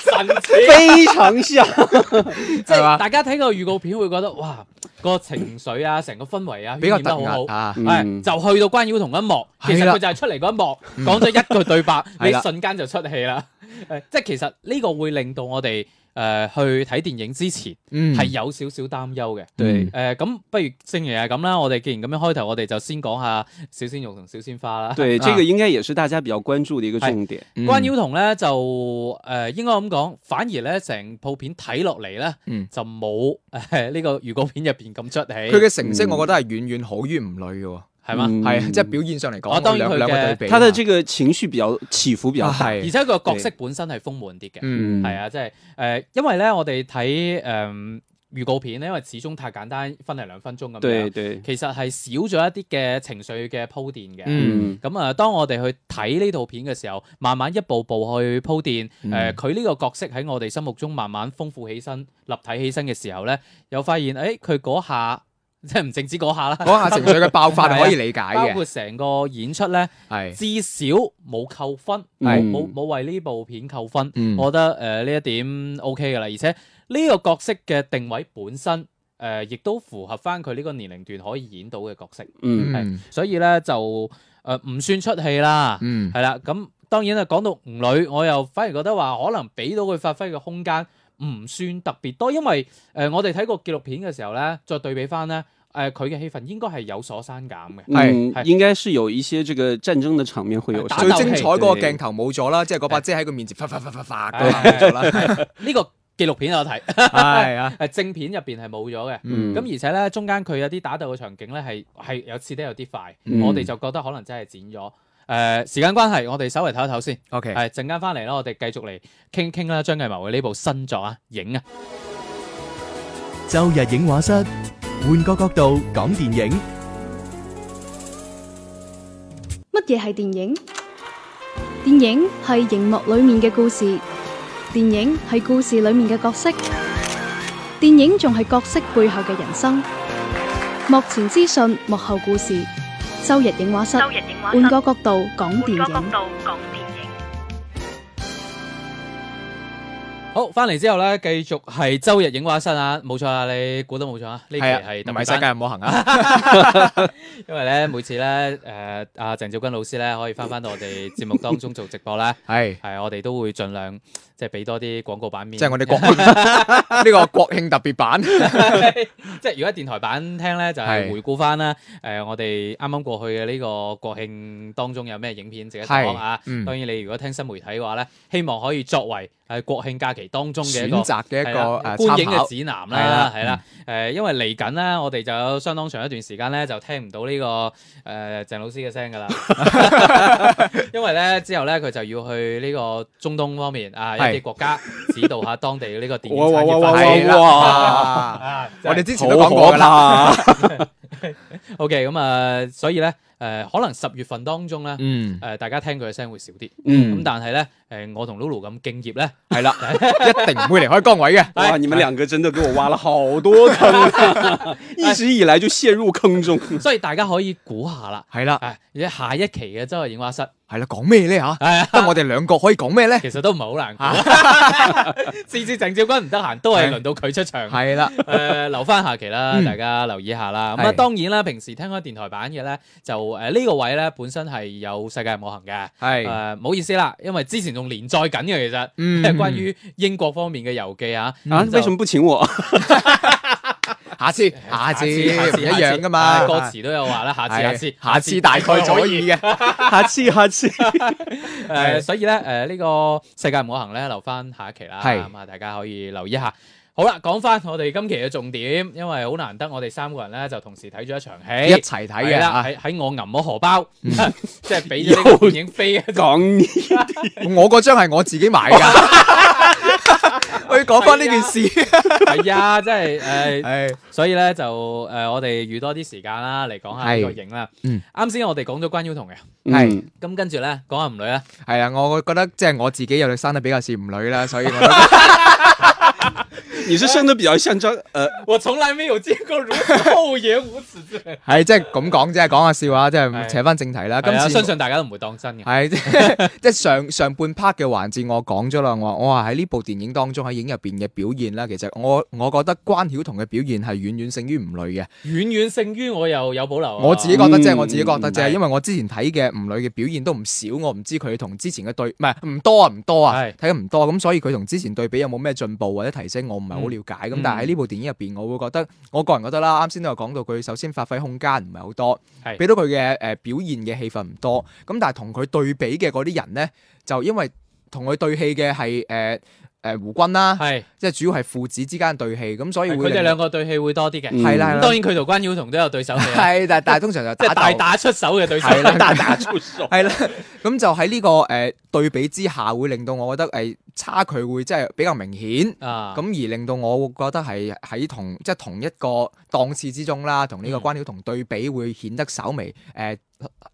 Speaker 1: 神似
Speaker 3: 非常像，
Speaker 1: 即
Speaker 2: 係
Speaker 1: 係
Speaker 2: 嘛
Speaker 1: 大家睇個預告片會覺得哇，個情緒啊，成個氛圍啊，
Speaker 2: 比較
Speaker 1: 渲染得
Speaker 2: 突
Speaker 1: 好好
Speaker 2: 兀。啊？
Speaker 1: 係哎就去到關曉彤一幕，其實
Speaker 2: 係啦嗯
Speaker 1: 佢就係出嚟嗰一幕，講咗一句對白，你
Speaker 2: 係啦
Speaker 1: 瞬間就出戲啦。誒，即係其實呢個會令到我哋誒去睇電影之前
Speaker 2: 嗯
Speaker 1: 係有少少擔憂嘅。
Speaker 3: 對
Speaker 1: 誒咁，不如正如係咁啦，我哋既然咁樣開頭，我哋就先講下小鮮肉同小鮮花啦。
Speaker 3: 对，
Speaker 2: 啊
Speaker 3: 這個應該也是大家比較關注的一個重點。
Speaker 2: 嗯
Speaker 1: 關曉彤咧就誒、呃、應該咁講，反而咧成部片睇落嚟咧
Speaker 2: 嗯
Speaker 1: 就冇誒呢個預告片入邊咁出
Speaker 2: 佢
Speaker 1: 戲，
Speaker 2: 嘅成績，我覺得係遠遠好於吳女嘅喎。
Speaker 1: 係嘛？
Speaker 3: 嗯
Speaker 2: 係啊，即係表現上嚟
Speaker 1: 哦
Speaker 2: 講，
Speaker 1: 當然
Speaker 2: 兩
Speaker 1: 佢嘅
Speaker 2: 兩個對比啊。
Speaker 3: 他的這個情緒比較起伏比較
Speaker 2: 啊
Speaker 3: 大。
Speaker 1: 而
Speaker 2: 係，
Speaker 1: 且個角色本身係豐滿啲嘅，係、
Speaker 2: 嗯
Speaker 1: 啊，即係誒，因為咧我哋睇誒預告片咧，因為始終太簡單，分係兩分鐘咁
Speaker 3: 對
Speaker 1: 樣，
Speaker 3: 對，
Speaker 1: 其實係少咗一啲嘅情緒嘅鋪墊嘅。
Speaker 2: 嗯
Speaker 1: 咁啊，當我哋去睇呢套片嘅時候，慢慢一步步去鋪墊，
Speaker 2: 嗯
Speaker 1: 誒佢呢個角色喺我哋心目中慢慢豐富起身、立體起身嘅時候咧，又發現誒佢嗰下即係唔淨止嗰下啦，
Speaker 2: 嗰下情緒嘅爆發
Speaker 1: 係啊
Speaker 2: 係可以理解
Speaker 1: 包
Speaker 2: 嘅，
Speaker 1: 括成個演出咧，
Speaker 2: 係
Speaker 1: 至少冇扣分，
Speaker 3: 係
Speaker 1: 冇冇冇為呢部片扣分，
Speaker 2: 嗯
Speaker 1: 我覺得誒呢一點 OK 噶啦，而且呢個角色嘅定位本身。誒、亦都符合翻佢呢個年齡段可以演到嘅角色，
Speaker 3: 嗯，
Speaker 2: 嗯
Speaker 1: 所以咧就誒唔、算出戲啦。
Speaker 2: 嗯
Speaker 1: 係啦，咁當然啦，講到吳女，我又反而覺得話可能俾到佢發揮嘅空間唔算特別多，因為誒、呃我哋睇過紀錄片嘅時候咧，再對比翻咧，誒佢嘅戲份應該係有所刪減嘅。
Speaker 3: 嗯
Speaker 1: 係，
Speaker 3: 應該是有一些這個戰爭的場面會有
Speaker 1: 打
Speaker 2: 最
Speaker 1: 鬥戲
Speaker 2: 精彩嗰個
Speaker 3: 對
Speaker 2: 鏡頭冇咗啦，即係嗰把遮喺佢面前發發發發發咁樣冇咗啦，
Speaker 1: 呢個紀錄片有睇，
Speaker 2: 係啊，
Speaker 1: 誒正片入邊係冇咗嘅。
Speaker 3: 嗯
Speaker 1: 咁而且咧，中間佢有啲打鬥嘅場景咧，係係有切得有啲快，
Speaker 3: 嗯
Speaker 1: 我哋就覺得可能真係剪咗。誒、呃時間關係，我哋稍微唞一唞先，
Speaker 2: ，OK，
Speaker 1: 係陣間翻嚟啦，我哋繼續嚟傾傾啦，張藝謀嘅呢部新作啊，影啊。
Speaker 4: 周日影画室，换个角度讲电影。
Speaker 5: 乜嘢係電影？電影係熒幕裏面嘅故事，電影係故事裏面嘅角色，電影仲係角色背後嘅人生。幕前資訊，幕後故事。周日影畫室，
Speaker 6: 周日影畫室
Speaker 5: 換個角度講電
Speaker 6: 換個角
Speaker 5: 影。
Speaker 6: 度講電影。
Speaker 1: 好，翻嚟之後咧，繼續係周日影畫室啊，冇錯啊，你估得冇錯啊，呢期
Speaker 2: 係
Speaker 1: 係特
Speaker 2: 啊，唔
Speaker 1: 別
Speaker 2: 係
Speaker 1: 版
Speaker 2: 世界唔可行啊。
Speaker 1: 因為咧每次咧誒阿鄭兆君老師咧可以翻翻到我哋節目當中做直播咧，
Speaker 2: 係，
Speaker 1: 係我哋都會盡量即係俾多啲廣告版面，
Speaker 2: 即係我哋國慶呢個國慶特別 版。
Speaker 1: 即係如果喺電台版聽咧，就係
Speaker 2: 係
Speaker 1: 回顧翻啦。誒，我哋啱啱過去嘅呢個國慶當中有咩影片值得
Speaker 2: 係
Speaker 1: 講啊？
Speaker 2: 嗯
Speaker 1: 當然你如果聽新媒體嘅話咧，希望可以作為誒國慶假期當中嘅一個
Speaker 2: 選擇嘅一個
Speaker 1: 係啦
Speaker 2: 誒
Speaker 1: 觀影
Speaker 2: 參考
Speaker 1: 嘅指南
Speaker 2: 係
Speaker 1: 啦
Speaker 2: 啦，嗯
Speaker 1: 係啦。誒，因為嚟緊咧，我哋就有相當長一段時間咧，就聽唔到呢個誒鄭老師嘅聲㗎啦。 因為咧之後咧，佢就要去呢個中東方面啊一啲
Speaker 2: 係
Speaker 1: 國家指導下當地嘅呢個電影
Speaker 3: 哇哇
Speaker 1: 產業發
Speaker 3: 哇哇
Speaker 1: 展
Speaker 2: 係
Speaker 3: 哇
Speaker 2: 啦
Speaker 3: 哇
Speaker 1: 啊！真係
Speaker 2: 我哋之前都講過㗎啦。
Speaker 3: 啦，
Speaker 1: OK，咁啊，所以咧，誒、可能十月份當中咧，誒、
Speaker 2: 嗯，
Speaker 1: 大家聽佢嘅聲會少啲，咁、
Speaker 3: 嗯，
Speaker 1: 但係咧，誒、我同 Lulu 咁敬業咧，
Speaker 2: 係啦，一定唔會離開崗位嘅。
Speaker 1: 哎
Speaker 3: 哇，你们两个真的给我挖了好多坑 啊，一直以来就陷入坑中。
Speaker 1: 所以大家可以估下啦，
Speaker 2: 係啦，
Speaker 1: 誒、而且下一期嘅周日影畫室，係、
Speaker 2: 係啦，講咩 咧吓？
Speaker 1: 啊，
Speaker 2: 得我哋兩個可以講咩 咧？
Speaker 1: 其實都唔係 好難估，次次鄭照君唔得閒，都係輪到佢出場。
Speaker 2: 係啦，
Speaker 1: 誒、留翻下期啦，
Speaker 2: 嗯
Speaker 1: 大家留意下啦。咁啊，
Speaker 2: 係
Speaker 1: 當然啦，平時聽開電台版嘅咧，就誒呢、個位咧本身係有世界唔可行嘅。誒唔、
Speaker 2: 係，
Speaker 1: 好意思啦，因為之前仲連載緊嘅，其實。
Speaker 2: 嗯
Speaker 1: 即係關於英國方面嘅遊記啊，
Speaker 3: 啊，
Speaker 1: 就
Speaker 3: 为什么不请我？
Speaker 2: 下次，下次，
Speaker 1: 下
Speaker 2: 唔
Speaker 1: 次
Speaker 2: 一樣噶
Speaker 1: 下
Speaker 2: 嘛。
Speaker 1: 次歌詞都有話啦，下次
Speaker 2: 係
Speaker 1: 下次
Speaker 2: 下次大概左耳嘅。
Speaker 3: 下次，下 次。
Speaker 1: 誒，所以咧誒呢個世界唔可行咧，留翻下一期啦，
Speaker 2: 係
Speaker 1: 咁啊大家可以留意一下。好啦，講翻我哋今期嘅重點，因為好難得我哋三個人咧就同時睇咗一場戲，
Speaker 2: 一齊睇嘅
Speaker 1: 係哎啦，哎
Speaker 2: 啊
Speaker 1: 喺喺我揞咗荷包，
Speaker 2: 嗯
Speaker 1: 即係俾咗呢個電影飛嘅。
Speaker 3: 讲你
Speaker 2: 我嗰張係我自己買 㗎。我要講翻呢
Speaker 1: 哎
Speaker 2: 件事。
Speaker 1: 係啊，即係誒。
Speaker 2: 係，
Speaker 1: 所以咧就誒、呃我哋預多啲時間啦，嚟講下呢個影啦。
Speaker 2: 嗯
Speaker 1: 啱先我哋講咗關於童嘅，
Speaker 3: 嗯
Speaker 2: 係
Speaker 1: 咁跟住咧講下吳女啦。
Speaker 2: 係啊，我覺得即係我自己又生得比較似唔女啦，所以我覺 得
Speaker 3: 你是生的比较像张呃，
Speaker 1: 我從來沒有見過如此厚顏無恥之人。
Speaker 2: 係即係咁講啫，講下笑話，即
Speaker 1: 係
Speaker 2: 係扯翻正題啦。今
Speaker 1: 係哎啊，
Speaker 2: 次
Speaker 1: 相信大家都唔會當真嘅。
Speaker 2: 係即係即係上上半 part 嘅環節，我講咗啦，我話我話喺呢部電影當中喺影入邊嘅表現啦，其實我我覺得關曉彤嘅表現係遠遠勝於吳磊嘅。
Speaker 1: 遠遠勝於我又有保留啊。
Speaker 2: 我自己覺得
Speaker 3: 嗯
Speaker 2: 啫，我自己覺得啫，
Speaker 1: 係
Speaker 2: 因為我之前睇嘅吳磊嘅表現都唔少，我唔知佢同之前嘅對唔係唔多啊，唔多啊
Speaker 1: 係，
Speaker 2: 睇得唔多，咁所以佢同之前對比有冇咩進步或者提升，我唔係好了解。咁、
Speaker 1: 嗯
Speaker 2: 但係喺呢部電影入邊，我會覺得我個人覺得啦，啱先都有講到佢首先發揮空間唔係好多
Speaker 1: 係，
Speaker 2: 俾到佢嘅誒表現嘅戲份唔多。咁但係同佢對比嘅嗰啲人呢，就因為同佢對戲嘅係誒誒胡軍啦，
Speaker 1: 係
Speaker 2: 即係主要係父子之間對戲，咁所以會
Speaker 1: 佢哋
Speaker 2: 令
Speaker 1: 兩個對戲會多啲嘅。
Speaker 3: 嗯
Speaker 2: 係啦
Speaker 1: 咁當
Speaker 2: 係啦，
Speaker 1: 然佢同關曉彤都有對手戲啊，
Speaker 2: 係但但係通常 就
Speaker 1: 即係
Speaker 2: 打
Speaker 1: 大
Speaker 2: 鬥啊
Speaker 1: 打出手嘅對手。
Speaker 2: 係啦
Speaker 3: 大打出手。
Speaker 2: 系啦，咁就喺呢、個个诶、对比之下，會令到我覺得诶、差距會即係比較明顯，
Speaker 1: 啊，
Speaker 2: 咁、而令到我覺得係喺同即係同一個檔次之中啦，同呢個
Speaker 1: 嗯
Speaker 2: 關曉彤對比會顯得稍微诶、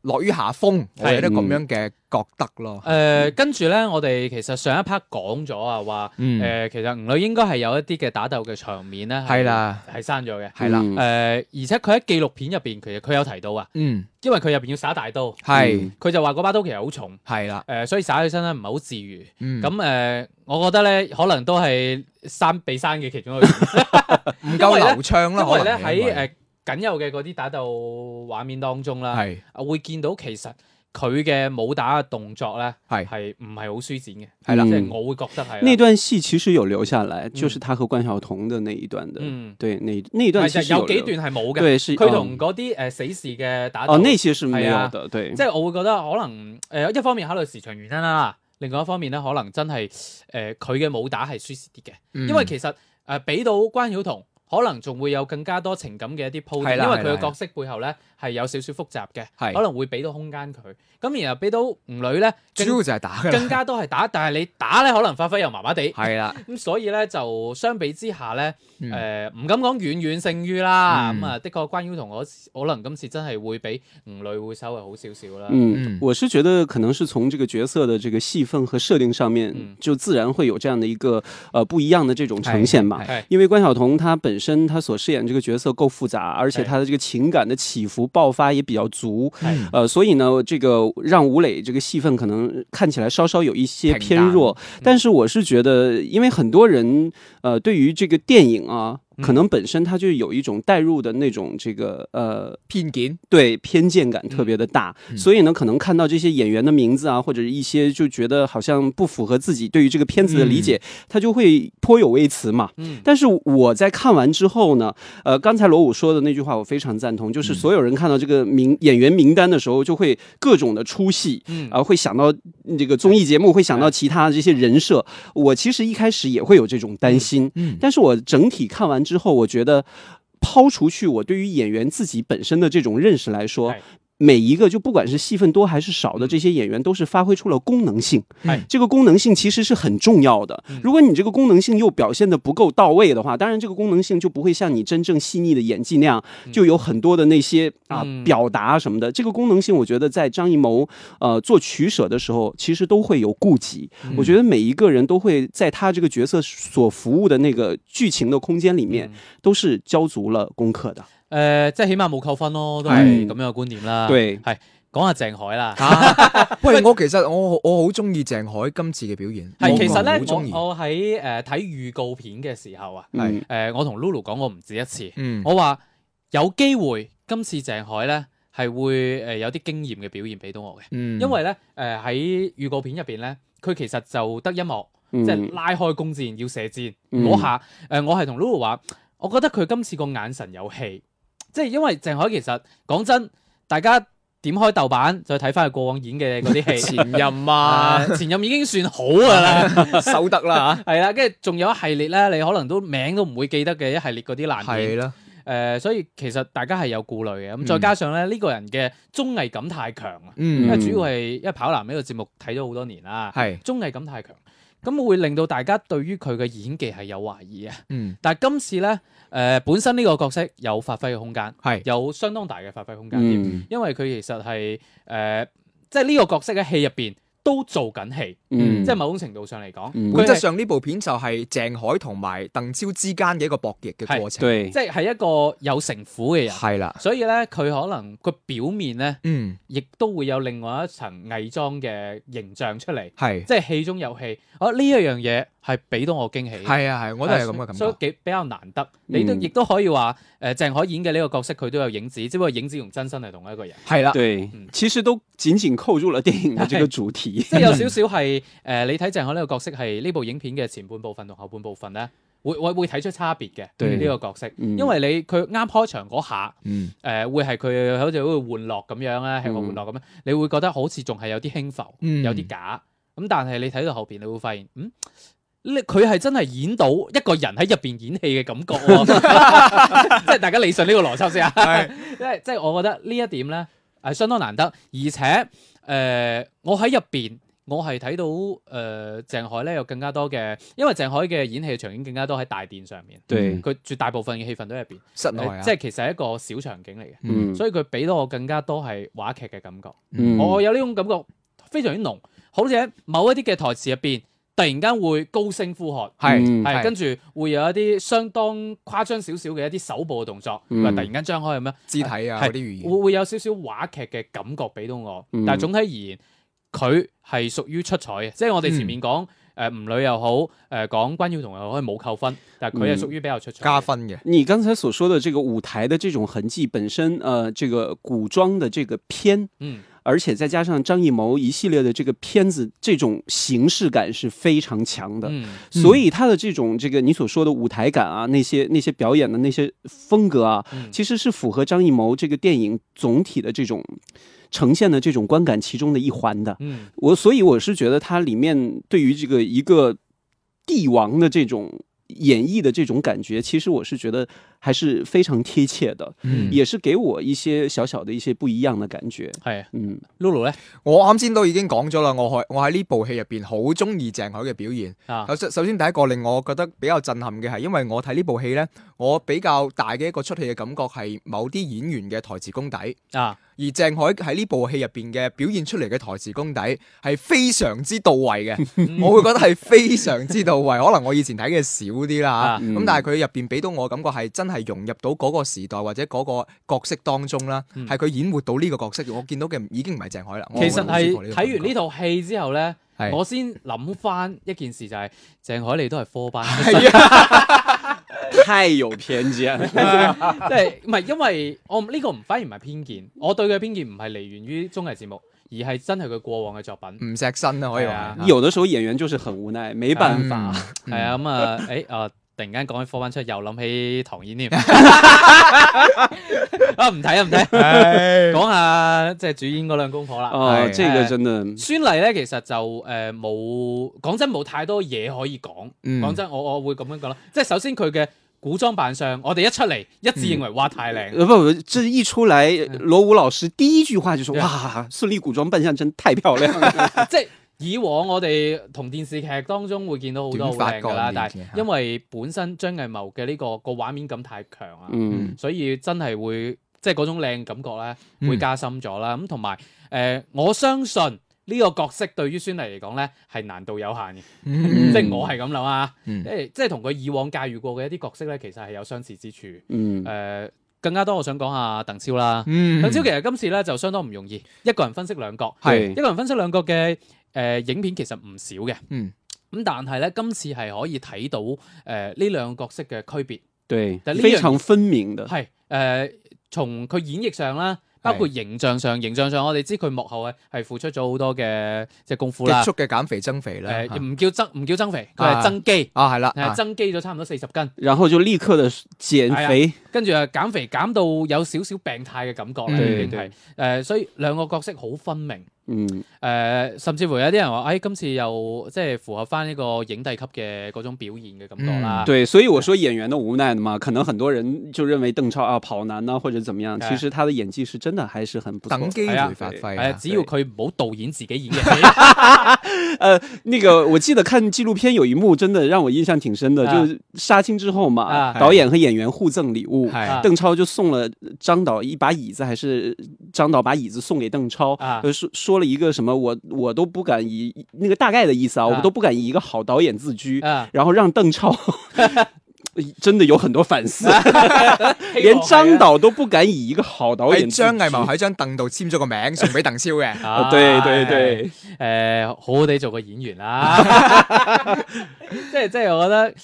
Speaker 2: 落於下風，我有啲咁樣嘅覺得咯。
Speaker 1: 誒跟住咧，我哋其實上一 part 講咗啊，話
Speaker 2: 嗯，
Speaker 1: 誒其實吳女應該係有一啲嘅打鬥嘅場面咧，
Speaker 2: 係，啦，
Speaker 1: 係刪咗嘅。
Speaker 2: 係啦，
Speaker 3: 嗯
Speaker 1: 誒、而且佢喺紀錄片入邊，其實佢有提到啊，
Speaker 2: 嗯，
Speaker 1: 因為佢入邊要耍大刀，
Speaker 2: 係
Speaker 1: 佢就話嗰把刀其實好重，誒、
Speaker 2: 係啦，
Speaker 1: 所以耍起身咧唔係好自如。
Speaker 2: 嗯，
Speaker 1: 咁誒、呃我覺得咧可能都係刪被刪嘅其中一個原因，
Speaker 2: 唔夠
Speaker 1: 因為呢
Speaker 2: 流暢 啦，
Speaker 1: 因為咧
Speaker 2: 可能係因為
Speaker 1: 喺誒僅有嘅嗰啲打鬥畫面當中啦，
Speaker 2: 係
Speaker 1: 會見到其實佢嘅武打嘅動作咧
Speaker 2: 係
Speaker 1: 係唔係好舒展嘅，
Speaker 2: 係啦
Speaker 1: 即
Speaker 3: 嗯
Speaker 1: 係我會覺得係啦
Speaker 3: 那段戏其实有留下来，就是他和关晓彤的那一段的。
Speaker 1: 嗯，
Speaker 3: 对，那那一
Speaker 1: 唔
Speaker 3: 段其
Speaker 1: 係
Speaker 3: 实
Speaker 1: 就有
Speaker 3: 留
Speaker 1: 幾段係冇嘅，
Speaker 3: 对是
Speaker 1: 佢
Speaker 3: 嗯
Speaker 1: 同嗰啲誒死士嘅打鬥
Speaker 3: 哦那些是没有
Speaker 1: 哎
Speaker 3: 的，对
Speaker 1: 即。係我會覺得可能誒、呃一方面考慮時長原因啦，另外一方面咧可能真係誒佢嘅武打係舒適啲嘅，
Speaker 2: 嗯
Speaker 1: 因為其實誒俾、到關曉彤。可能仲會有更加多情感嘅一啲鋪墊，
Speaker 2: 係啦
Speaker 1: 因為佢
Speaker 2: 係
Speaker 1: 嘅
Speaker 2: 啦
Speaker 1: 角色背後咧係有少少複雜嘅，
Speaker 2: 係
Speaker 1: 可能會俾到空間佢。咁然後俾到吳女咧，
Speaker 2: 主
Speaker 1: 更
Speaker 2: 要就係打㗎啦，
Speaker 1: 更加多係打，但係你打咧可能發揮又麻麻地。
Speaker 2: 係啦，
Speaker 1: 咁所以咧就相比之下咧，誒唔、
Speaker 2: 嗯
Speaker 1: 敢講遠遠勝於啦。咁
Speaker 2: 嗯
Speaker 1: 啊、的確關曉彤我可能今次真係會比吳女會稍微好少少啦。
Speaker 3: 嗯
Speaker 2: 嗯，
Speaker 3: 我是觉得可能是从这个角色的这个戏份和设定上面
Speaker 1: 嗯，
Speaker 2: 哎
Speaker 3: 就自然会有这样的一个呃不一样的这种呈现吧。
Speaker 2: 係
Speaker 1: 係
Speaker 3: 因为关晓彤她本身他所饰演这个角色够复杂，而且他的这个情感的起伏爆发也比较足，
Speaker 1: 嗯
Speaker 3: 呃，所以呢，这个让吴磊这个戏份可能看起来稍稍有一些偏弱，但是我是觉得，因为很多人呃对于这个电影啊。
Speaker 1: 嗯
Speaker 3: 可能本身它就有一种代入的那种这个呃
Speaker 2: 偏见，
Speaker 3: 对偏见感
Speaker 1: 嗯
Speaker 3: 特别的大，所以呢，可能看到这些演员的名字啊，或者一些就觉得好像不符合自己对于这个片子的理解，他就会颇有微词嘛。
Speaker 1: 嗯
Speaker 3: 但是我在看完之后呢，呃，刚才罗武说的那句话我非常赞同，
Speaker 1: 嗯
Speaker 3: 就是所有人看到这个名演员名单的时候，就会各种的出戏，
Speaker 1: 嗯
Speaker 3: 啊、会想到这个综艺节目，会想到其他的这些人设。我其实一开始也会有这种担心，
Speaker 2: 嗯
Speaker 3: 但是我整体看完之后，我觉得。抛除去我对于演员自己本身的这种认识来说
Speaker 2: 嗯
Speaker 1: 哎，
Speaker 3: 每一个就不管是戏份多还是少的这些演员，都是发挥出了功能性。
Speaker 1: 嗯哎
Speaker 3: 这个功能性其实是很重要的
Speaker 1: 嗯。
Speaker 3: 如果你这个功能性又表现的不够到位的话，当然这个功能性就不会像你真正细腻的演技那样，就有很多的那些啊
Speaker 1: 嗯
Speaker 3: 表达什么的。这个功能性，我觉得在张艺谋呃做取舍的时候，其实都会有顾及。
Speaker 1: 嗯
Speaker 3: 我觉得每一个人都会在他这个角色所服务的那个剧情的空间里面，
Speaker 1: 嗯
Speaker 3: 都是交足了功课的。
Speaker 1: 诶、呃即係起碼冇扣分咯，都係
Speaker 3: 係
Speaker 1: 咁樣嘅觀點啦。
Speaker 3: 對
Speaker 1: 係講下鄭海啦。
Speaker 2: 喂，我其實我我好中意鄭海今次嘅表現，
Speaker 1: 係其實
Speaker 2: 實
Speaker 1: 咧
Speaker 2: 好，中意，
Speaker 1: 我我喺誒睇預告片嘅時候啊，
Speaker 2: 係
Speaker 3: 嗯
Speaker 1: 誒、我同 Lulu 講過唔止一次，
Speaker 2: 嗯，
Speaker 1: 我話有機會今次鄭海咧係會誒、有啲經驗嘅表現俾到我嘅，
Speaker 2: 嗯
Speaker 1: 因為咧誒喺預告片入邊咧，佢其實就得一幕。
Speaker 3: 嗯
Speaker 1: 即係拉開弓箭要射箭
Speaker 3: 嗯
Speaker 1: 嗰下，誒、呃我係同 Lulu 話，我覺得佢今次個眼神有戲，即係因為鄭海其實講真，大家點開豆瓣再睇翻佢過往演嘅嗰啲戲，
Speaker 2: 前任 啊，
Speaker 1: 誒前任已經算好㗎 啦，
Speaker 2: 收得啦
Speaker 1: 係啦，跟住仲有一系列咧，你可能都名都唔會記得嘅一系列嗰啲
Speaker 2: 嚇，
Speaker 1: 爛
Speaker 2: 係
Speaker 1: 片，誒、呃
Speaker 2: 啦，
Speaker 1: 所以其實大家係有顧慮嘅，咁
Speaker 2: 嗯
Speaker 1: 再加上咧呢、呢個人嘅綜藝感太強啊，因為
Speaker 2: 嗯，
Speaker 1: 主要係因為跑男呢個節目睇咗好多年啦，
Speaker 2: 係，
Speaker 1: 綜藝感太強，咁會令到大家對於佢嘅演技係有懷疑啊。
Speaker 2: 嗯，
Speaker 1: 但係今次呢，誒、本身呢個角色有發揮嘅空間，
Speaker 2: 係，
Speaker 1: 有相當大嘅發揮空間添，
Speaker 3: 嗯
Speaker 1: 因為佢其實係誒、呃即係呢個角色喺戲入邊都做緊戲，
Speaker 3: 嗯，
Speaker 1: 即係某種程度上嚟講，
Speaker 3: 嗯
Speaker 1: 佢
Speaker 2: 本
Speaker 1: 係
Speaker 2: 質上呢部片就係鄭海同埋鄧超之間嘅一個博弈嘅過程，
Speaker 3: 对
Speaker 1: 即係係一個有城府嘅人，
Speaker 2: 係啦，
Speaker 1: 所以呢，佢可能佢表面呢，
Speaker 2: 嗯，
Speaker 1: 亦都會有另外一層偽裝嘅形象出嚟，
Speaker 2: 係，
Speaker 1: 即係戲中有戲。啊，呢一樣嘢係俾到我驚喜嘅。
Speaker 2: 係啊係，我都係咁嘅感
Speaker 1: 所以
Speaker 2: 覺，
Speaker 1: 幾比較難得。你都
Speaker 3: 嗯
Speaker 1: 亦都可以話，誒鄭可演嘅呢個角色佢都有影子，只不過影子同真身係同一 個人，
Speaker 2: 係啦，
Speaker 3: 对
Speaker 1: 嗯，
Speaker 3: 其实都紧紧扣住了电影的这个 主题。
Speaker 1: 即係有少少係誒你睇鄭可呢個角色係呢部影片嘅前半部分同後半部分咧，會會會睇出差別嘅
Speaker 3: 對
Speaker 1: 呢個角色，
Speaker 3: 嗯
Speaker 1: 因為你佢啱開場嗰下。
Speaker 2: 嗯，
Speaker 1: 誒、會呃係佢好似好似玩樂咁樣咧，吃喝玩樂咁樣，你會覺得好似仲係有啲輕浮，
Speaker 2: 嗯
Speaker 1: 有啲假。咁但係你睇到後邊，你會發現，嗯，你佢係真係演到一個人喺入邊演戲嘅感覺喎、 即係大家理順呢個邏輯先啊。 即係即係我覺得呢一點咧係相當難得，而且誒、呃我喺入邊。我係睇到誒、呃、鄭海咧有更加多嘅，因為鄭海嘅演戲嘅場景更加多喺大殿上面，
Speaker 3: 对，
Speaker 1: 佢絕大部分嘅戲份都喺入邊。
Speaker 2: 室內啊，
Speaker 1: 即係其實係一個小場景嚟嘅，
Speaker 3: 嗯，
Speaker 1: 所以佢俾到我更加多係話劇嘅感覺。
Speaker 3: 嗯
Speaker 1: 我有呢種感覺非常之濃，好似喺某一啲嘅台詞入邊，突然間會高聲呼喝。
Speaker 2: 係
Speaker 3: 嗯
Speaker 1: 係，跟住會有一啲相當誇張少少嘅一啲手部嘅動作，
Speaker 3: 嗯
Speaker 1: 話突然間張開咁樣，
Speaker 2: 肢體啊
Speaker 1: 係
Speaker 2: 嗰啲語言，
Speaker 1: 會會有少少話劇嘅感覺俾到我。
Speaker 3: 嗯
Speaker 1: 但係總體而言，佢係屬於出彩嘅，即係我哋前面
Speaker 2: 嗯
Speaker 1: 講誒吳磊又好，誒講關曉彤又好，係冇扣分，但係佢係屬於比較出彩嘅
Speaker 2: 嗯加。分嘅，
Speaker 3: 你刚才所说的这个舞台的这种痕迹本身，呃，这个古装的这个片，
Speaker 1: 嗯，
Speaker 3: 而且再加上张艺谋一系列的这个片子，这种形式感是非常强
Speaker 2: 啊
Speaker 3: 的。
Speaker 1: 嗯，
Speaker 3: 所以他的这种这个你所说的舞台感啊，那些那些表演的那些风格啊，
Speaker 1: 嗯
Speaker 3: 其实是符合张艺谋这个电影总体的这种呈现的这种观感其中的一环的。
Speaker 1: 嗯，
Speaker 3: 我所以我是觉得它里面对于这个一个帝王的这种演绎的这种感觉，其实我是觉得还是非常贴切的，
Speaker 1: 嗯
Speaker 3: 也是给我一些小小的一些不一样的感觉。
Speaker 1: 係啊
Speaker 3: 嗯
Speaker 1: Lulu 咧
Speaker 2: 我啱先都已經講咗啦，我喺我喺呢部戲入邊好中意鄭海嘅表現。
Speaker 1: 啊
Speaker 2: 首，先首先第一個令我覺得比較震撼嘅係，因為我睇呢部戲呢，我比較大嘅一個出戲嘅感覺係某啲演員嘅台詞功底。
Speaker 1: 啊，
Speaker 2: 而鄭愷喺呢部戲入邊嘅表現出嚟嘅台詞功底係非常之到位嘅， 我會覺得係非常之到位。可能我以前睇嘅少啲啦
Speaker 1: 啊
Speaker 2: 嚇，咁、但係佢入邊俾到我感覺係真係融入到嗰個時代或者嗰個角色當中啦，
Speaker 1: 嗯
Speaker 2: 係佢、演活到呢個角色。我見到嘅已經唔係鄭愷啦。我
Speaker 1: 其實
Speaker 2: 我好舒服
Speaker 1: 係
Speaker 2: 個
Speaker 1: 睇
Speaker 2: 感
Speaker 1: 完呢
Speaker 2: 覺
Speaker 1: 套戲之後咧，
Speaker 2: 係
Speaker 1: 我先諗翻一件事就係鄭愷莉都係科 班出身，
Speaker 2: 係啊，
Speaker 3: 太有偏见。
Speaker 1: 即係唔係因為我呢個唔反而唔係偏見，我對佢嘅偏見唔係嚟源於綜藝節目，而係真係佢過往嘅作品。
Speaker 2: 唔錫身啊，可以
Speaker 1: 係啊
Speaker 2: 話。 嗯
Speaker 3: 有的时候演员就是很无奈，没办法。
Speaker 1: 係啊，咁 啊，誒啊，突然間講起科班出，又諗起唐 嫣添。啊，唔睇啊，唔睇，講下即係主演嗰兩公婆啦。
Speaker 3: 哦，
Speaker 2: 哎
Speaker 3: 这个真的，
Speaker 1: 孫俪咧，其實就誒冇講真冇太多嘢可以講。
Speaker 2: 嗯
Speaker 1: 講真，我我會咁樣講啦，即係首先佢嘅古裝扮相，我哋一出嚟一致認為哇太靚。
Speaker 3: 呃不，这一出来，罗武老师第一句话就说：“
Speaker 1: 对
Speaker 3: 哇，孙俪古装扮相真太漂亮了。
Speaker 1: 即係以往我哋同電視劇當中會見到好多好靚㗎啦，
Speaker 2: 短髮
Speaker 1: 但
Speaker 2: 鋼鍊
Speaker 1: 係
Speaker 2: 嘅
Speaker 1: 因為本身張藝謀嘅呢個個畫面感太強啊，
Speaker 3: 嗯
Speaker 1: 所以真係會即係嗰種靚感覺咧
Speaker 2: 嗯
Speaker 1: 會加深咗啦。咁同埋誒，我相信。呢個角色對於孫俪嚟講咧係難度有限嘅，
Speaker 2: 嗯
Speaker 1: 即係我係咁諗啊，
Speaker 2: 嗯
Speaker 1: 即係即係同佢以往駕馭過嘅一啲角色咧，其實係有相似之處。誒、
Speaker 3: 嗯，
Speaker 1: 更加多我想講下鄧超啦，
Speaker 2: 嗯
Speaker 1: 鄧超其實今次咧就相當唔容易，一個人分析兩角，
Speaker 3: 係
Speaker 1: 一個人分析兩角嘅誒、呃影片其實唔少嘅，
Speaker 2: 嗯
Speaker 1: 咁但係咧今次係可以睇到誒呢、兩個角色嘅區別，
Speaker 3: 对
Speaker 1: 但，呢
Speaker 3: 非
Speaker 1: 样
Speaker 3: 常分明
Speaker 2: 嗯
Speaker 3: 的。
Speaker 1: 係誒從佢演繹上啦，包括形象上，形象上我哋知佢幕後係係付出咗好多嘅即係功夫啦
Speaker 2: 極，速嘅減肥增肥啦。
Speaker 1: 誒
Speaker 2: 嚇
Speaker 1: 唔叫增唔叫增肥，佢係
Speaker 2: 啊
Speaker 1: 增肌，
Speaker 2: 啊，係啦，
Speaker 1: 係
Speaker 2: 啊
Speaker 1: 增肌咗差唔多四十斤，
Speaker 3: 然后就立刻的减肥，
Speaker 1: 跟住啊減肥減到有少少病態嘅感覺啦，
Speaker 2: 嗯
Speaker 1: 已經係誒，所以兩個角色好分明。
Speaker 3: 嗯，
Speaker 1: 誒、甚至乎有啲人話：，誒、哎今次又即係符合翻呢個影帝級嘅嗰種表現嘅感覺
Speaker 2: 嗯
Speaker 1: 啦。
Speaker 3: 对，所以我说演员的无奈的嘛，可能很多人就认为邓超啊跑男呐、或者怎么样，
Speaker 1: 哎
Speaker 3: 其实他的演技是真的还是很不错
Speaker 2: 等
Speaker 3: 的。
Speaker 2: 機
Speaker 1: 係啊
Speaker 2: 會發揮
Speaker 1: 係
Speaker 2: 啊。
Speaker 1: 啊，只要佢唔好導演自己演嘅 戲，
Speaker 3: 呃，那个我记得看纪录片有一幕真的让我印象挺深的，
Speaker 1: 啊
Speaker 3: 就是杀青之后嘛，
Speaker 1: 啊
Speaker 3: 导演和演员互赠礼物，
Speaker 2: 係
Speaker 1: 啊
Speaker 3: 邓超就送了张导一把椅子，还是张导把椅子送给邓超，
Speaker 1: 啊
Speaker 3: 呃说说了一个什么，我我都不敢以那个大概的意思啊，
Speaker 1: 啊
Speaker 3: 我都不敢以一个好导演自居，
Speaker 1: 啊，
Speaker 3: 然后让邓超 真的有很多反思，
Speaker 1: 啊希
Speaker 3: 连
Speaker 1: 望
Speaker 3: 张
Speaker 1: 係
Speaker 3: 导都不敢以一个好导演
Speaker 2: 喺
Speaker 3: 自
Speaker 2: 張藝
Speaker 3: 居
Speaker 2: 謀喺張凳度簽咗個名，送俾鄧超嘅。
Speaker 1: 啊
Speaker 3: 啊，对对，对，
Speaker 1: 誒、好好地做個演員 啦。即係即係，我覺得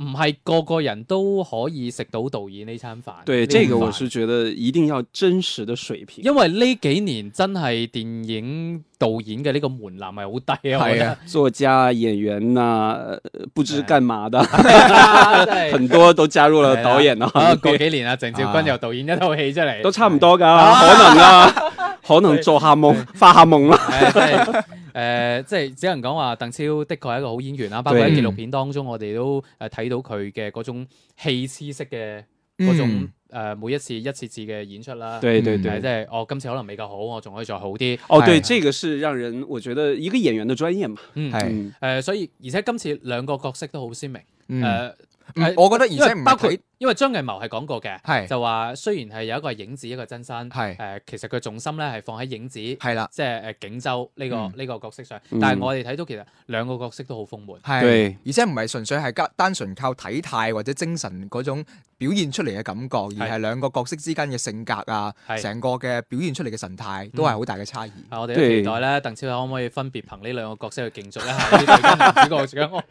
Speaker 1: 唔係個個人都可以食到導演呢餐飯。
Speaker 3: 对
Speaker 1: 呢
Speaker 3: 这
Speaker 1: 碗
Speaker 3: 个我
Speaker 1: 飯
Speaker 3: 是觉得一定要真实的水平。
Speaker 1: 因為呢幾年真係電影導演嘅呢個門檻係好低啊，我覺
Speaker 2: 係
Speaker 1: 得
Speaker 2: 啊，
Speaker 3: 作家、演员呐、呃不知干嘛的，
Speaker 1: 真係
Speaker 3: 很多都加入了导演的
Speaker 1: 啊，
Speaker 3: 行
Speaker 1: 過
Speaker 3: 列，
Speaker 1: 幾年啊，鄭少君又導演一套戲出嚟，
Speaker 3: 都差唔多噶， 可能啊，可能做下梦、发下梦啦。
Speaker 1: 係。呃即係誒，即係只能講話鄧超的確係一個好演員啦。包括喺紀錄片當中，我哋都誒睇到佢嘅嗰種戲痴式嘅嗰種
Speaker 2: 嗯
Speaker 1: 誒每一次一次次嘅演出啦。
Speaker 3: 对对
Speaker 2: 嗯
Speaker 1: 係
Speaker 3: 对
Speaker 1: 即。係我今次可能未夠好，我仲可以再好啲。
Speaker 3: 哦，对，
Speaker 2: 哎
Speaker 3: 这个是让人我觉得一个演员的专业嘛。
Speaker 1: 嗯，
Speaker 2: 係
Speaker 1: 誒、
Speaker 3: 嗯，
Speaker 1: 所以而且今次兩個角色都好鮮明。誒、呃
Speaker 2: 嗯嗯我覺得而
Speaker 1: 因為
Speaker 2: 且唔
Speaker 1: 包括
Speaker 2: 係睇，
Speaker 1: 因為張藝謀係講過嘅，
Speaker 2: 係
Speaker 1: 就話雖然係有一個係影子，一個係真身，
Speaker 2: 係
Speaker 1: 誒，其實佢重心咧係放喺影子。
Speaker 2: 係啦，
Speaker 1: 即係誒呃景州呢、個呢
Speaker 2: 嗯、
Speaker 1: 個角色上，
Speaker 3: 嗯
Speaker 1: 但係我哋睇到其實兩個角色都好豐滿。
Speaker 2: 係。
Speaker 3: 對
Speaker 2: 而且唔係純粹係單單純靠體態或者精神嗰種表現出嚟嘅感覺，而係兩個角色之間嘅性格啊，
Speaker 1: 係嗯
Speaker 2: 成個嘅表現出嚟嘅神態都係好大嘅差異。
Speaker 1: 啊！我哋都
Speaker 3: 對
Speaker 1: 期待咧，鄧超可唔可以分別憑呢兩個角色去競逐一下呢對跟男主角獎？我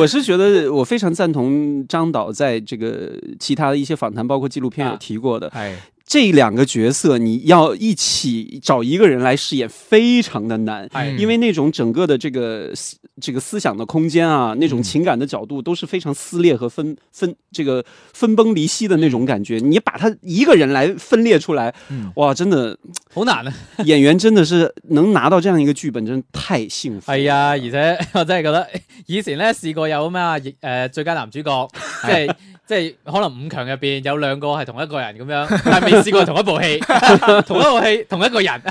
Speaker 3: 我是觉得我非常赞同张导在这个其他的一些访谈，包括纪录片有
Speaker 1: 啊
Speaker 3: 提过的，
Speaker 2: 係
Speaker 3: 这两个角色你要一起找一个人来饰演，非常的难。
Speaker 1: 係
Speaker 2: 嗯
Speaker 3: 因为那种整个的这个思这个思想的空间啊，那
Speaker 2: 嗯
Speaker 3: 种情感的角度都是非常撕裂和分分这个分崩离析的那种感觉。你把他一个人来分裂出来，
Speaker 2: 嗯
Speaker 3: 哇，真的
Speaker 1: 好難啊！
Speaker 3: 演员真的是能拿到这样一个剧本，真的太幸
Speaker 2: 哎
Speaker 3: 福了。
Speaker 1: 係 呃啊，而且我真係覺得以前咧試過有咩啊，誒最佳男主角，即係即係可能五強入邊有兩個係同一個人咁樣，但係未試過同一部戲， 同一部戲同一個人，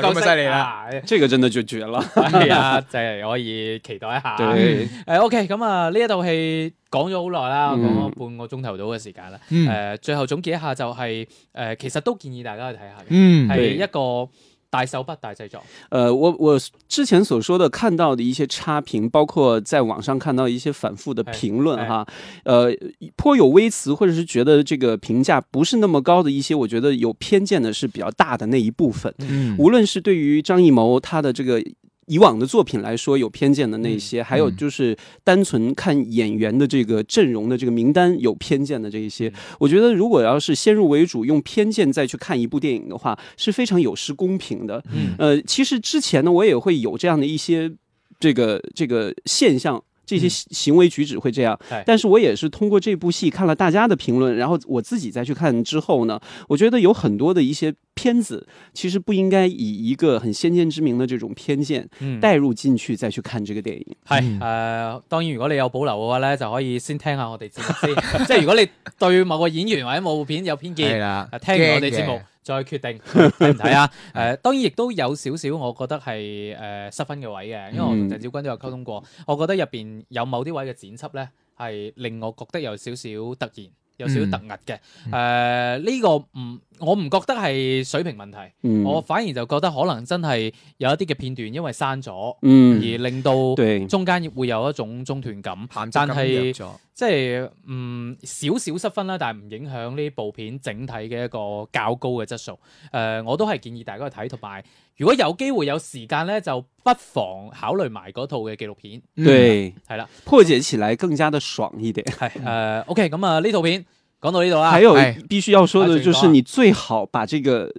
Speaker 1: 兩個角色
Speaker 2: 咁就犀利啦
Speaker 1: 啊
Speaker 3: 这个真的就绝了。
Speaker 1: 係啊，就係可以期待一下。
Speaker 3: 对，
Speaker 1: 誒 OK，咁啊呢一套戲講咗好耐啦，
Speaker 3: 嗯
Speaker 1: 講咗半個鐘頭到嘅時間啦。誒、
Speaker 2: 嗯
Speaker 1: 最後總結一下就係、誒，其實都建議大家去睇下嘅，
Speaker 2: 嗯
Speaker 1: 係、
Speaker 3: 對
Speaker 1: 一個大手筆大製作。
Speaker 3: 呃，我我之前所说的看到的一些差评，包括在网上看到一些反复的
Speaker 1: 哎
Speaker 3: 评论哈，呃，颇有微词，或者是觉得这个评价不是那么高的一些，我觉得有偏见的是比较大的那一部分。
Speaker 2: 嗯
Speaker 3: 无论是对于张艺谋他的这个。以往的作品来说，有偏见的
Speaker 1: 嗯
Speaker 3: 那些，还有就是单纯看演员的这个阵容的这个名单有偏见的这一
Speaker 1: 嗯
Speaker 3: 些，我觉得如果要是先入为主，用偏见再去看一部电影的话，是非常有失公平的。
Speaker 1: 嗯
Speaker 3: 呃，其实之前呢，我也会有这样的一些这个这个现象。这些
Speaker 1: 嗯哎
Speaker 3: 行行为举止会这样
Speaker 1: 对，
Speaker 3: 但是我也是通过这部戏看了大家的评论，然后我自己再去看之后呢，我觉得有很多的一些片子其实不应该以一个很先见之明的这种偏见
Speaker 1: 嗯
Speaker 3: 带入进去再去看这个电影。
Speaker 1: 係
Speaker 2: 嗯
Speaker 1: 誒、當然如果你有保留嘅話咧，就可以先聽下我哋節目先。 即係如果你對某個演員或者某部片有偏
Speaker 2: 係
Speaker 1: 見，
Speaker 2: 啦
Speaker 1: 誒，啊聽完我哋節目再決定 睇唔睇 啊。誒，當然亦都有少少，我覺得係誒失分嘅位嘅，因為我同
Speaker 3: 嗯
Speaker 1: 鄭少君都有溝通過，我覺得入邊有某啲位嘅剪輯咧，係令我覺得有少少突然。有少
Speaker 3: 嗯
Speaker 1: 少突兀嘅，誒呢、個唔，我唔覺得係水平問題，
Speaker 3: 嗯，
Speaker 1: 我反而就覺得可能真係有一啲嘅片段因為刪咗，而
Speaker 3: 嗯，
Speaker 1: 令到
Speaker 3: 对，
Speaker 1: 中間會有一種中斷感，
Speaker 2: 鹹
Speaker 1: 但
Speaker 2: 汁咁
Speaker 1: 係
Speaker 2: 弱咗，
Speaker 1: 即係嗯少少失分啦，但係唔影響呢部片整體嘅一個較高嘅質素。誒、我都係建議大家去睇，同埋如果有機會有時間咧，就不妨考慮埋嗰套嘅紀錄片。
Speaker 2: 嗯
Speaker 3: 对，
Speaker 1: 係啦，
Speaker 3: 破解起来更加的爽一 点。
Speaker 1: 係誒、OK，咁啊呢套片講到呢度啦。
Speaker 3: 还有
Speaker 2: 哎
Speaker 3: 必须要说
Speaker 1: 啊
Speaker 3: 的
Speaker 1: 请
Speaker 3: 就
Speaker 1: 说
Speaker 3: 是，
Speaker 1: 啊
Speaker 3: 你最好把这个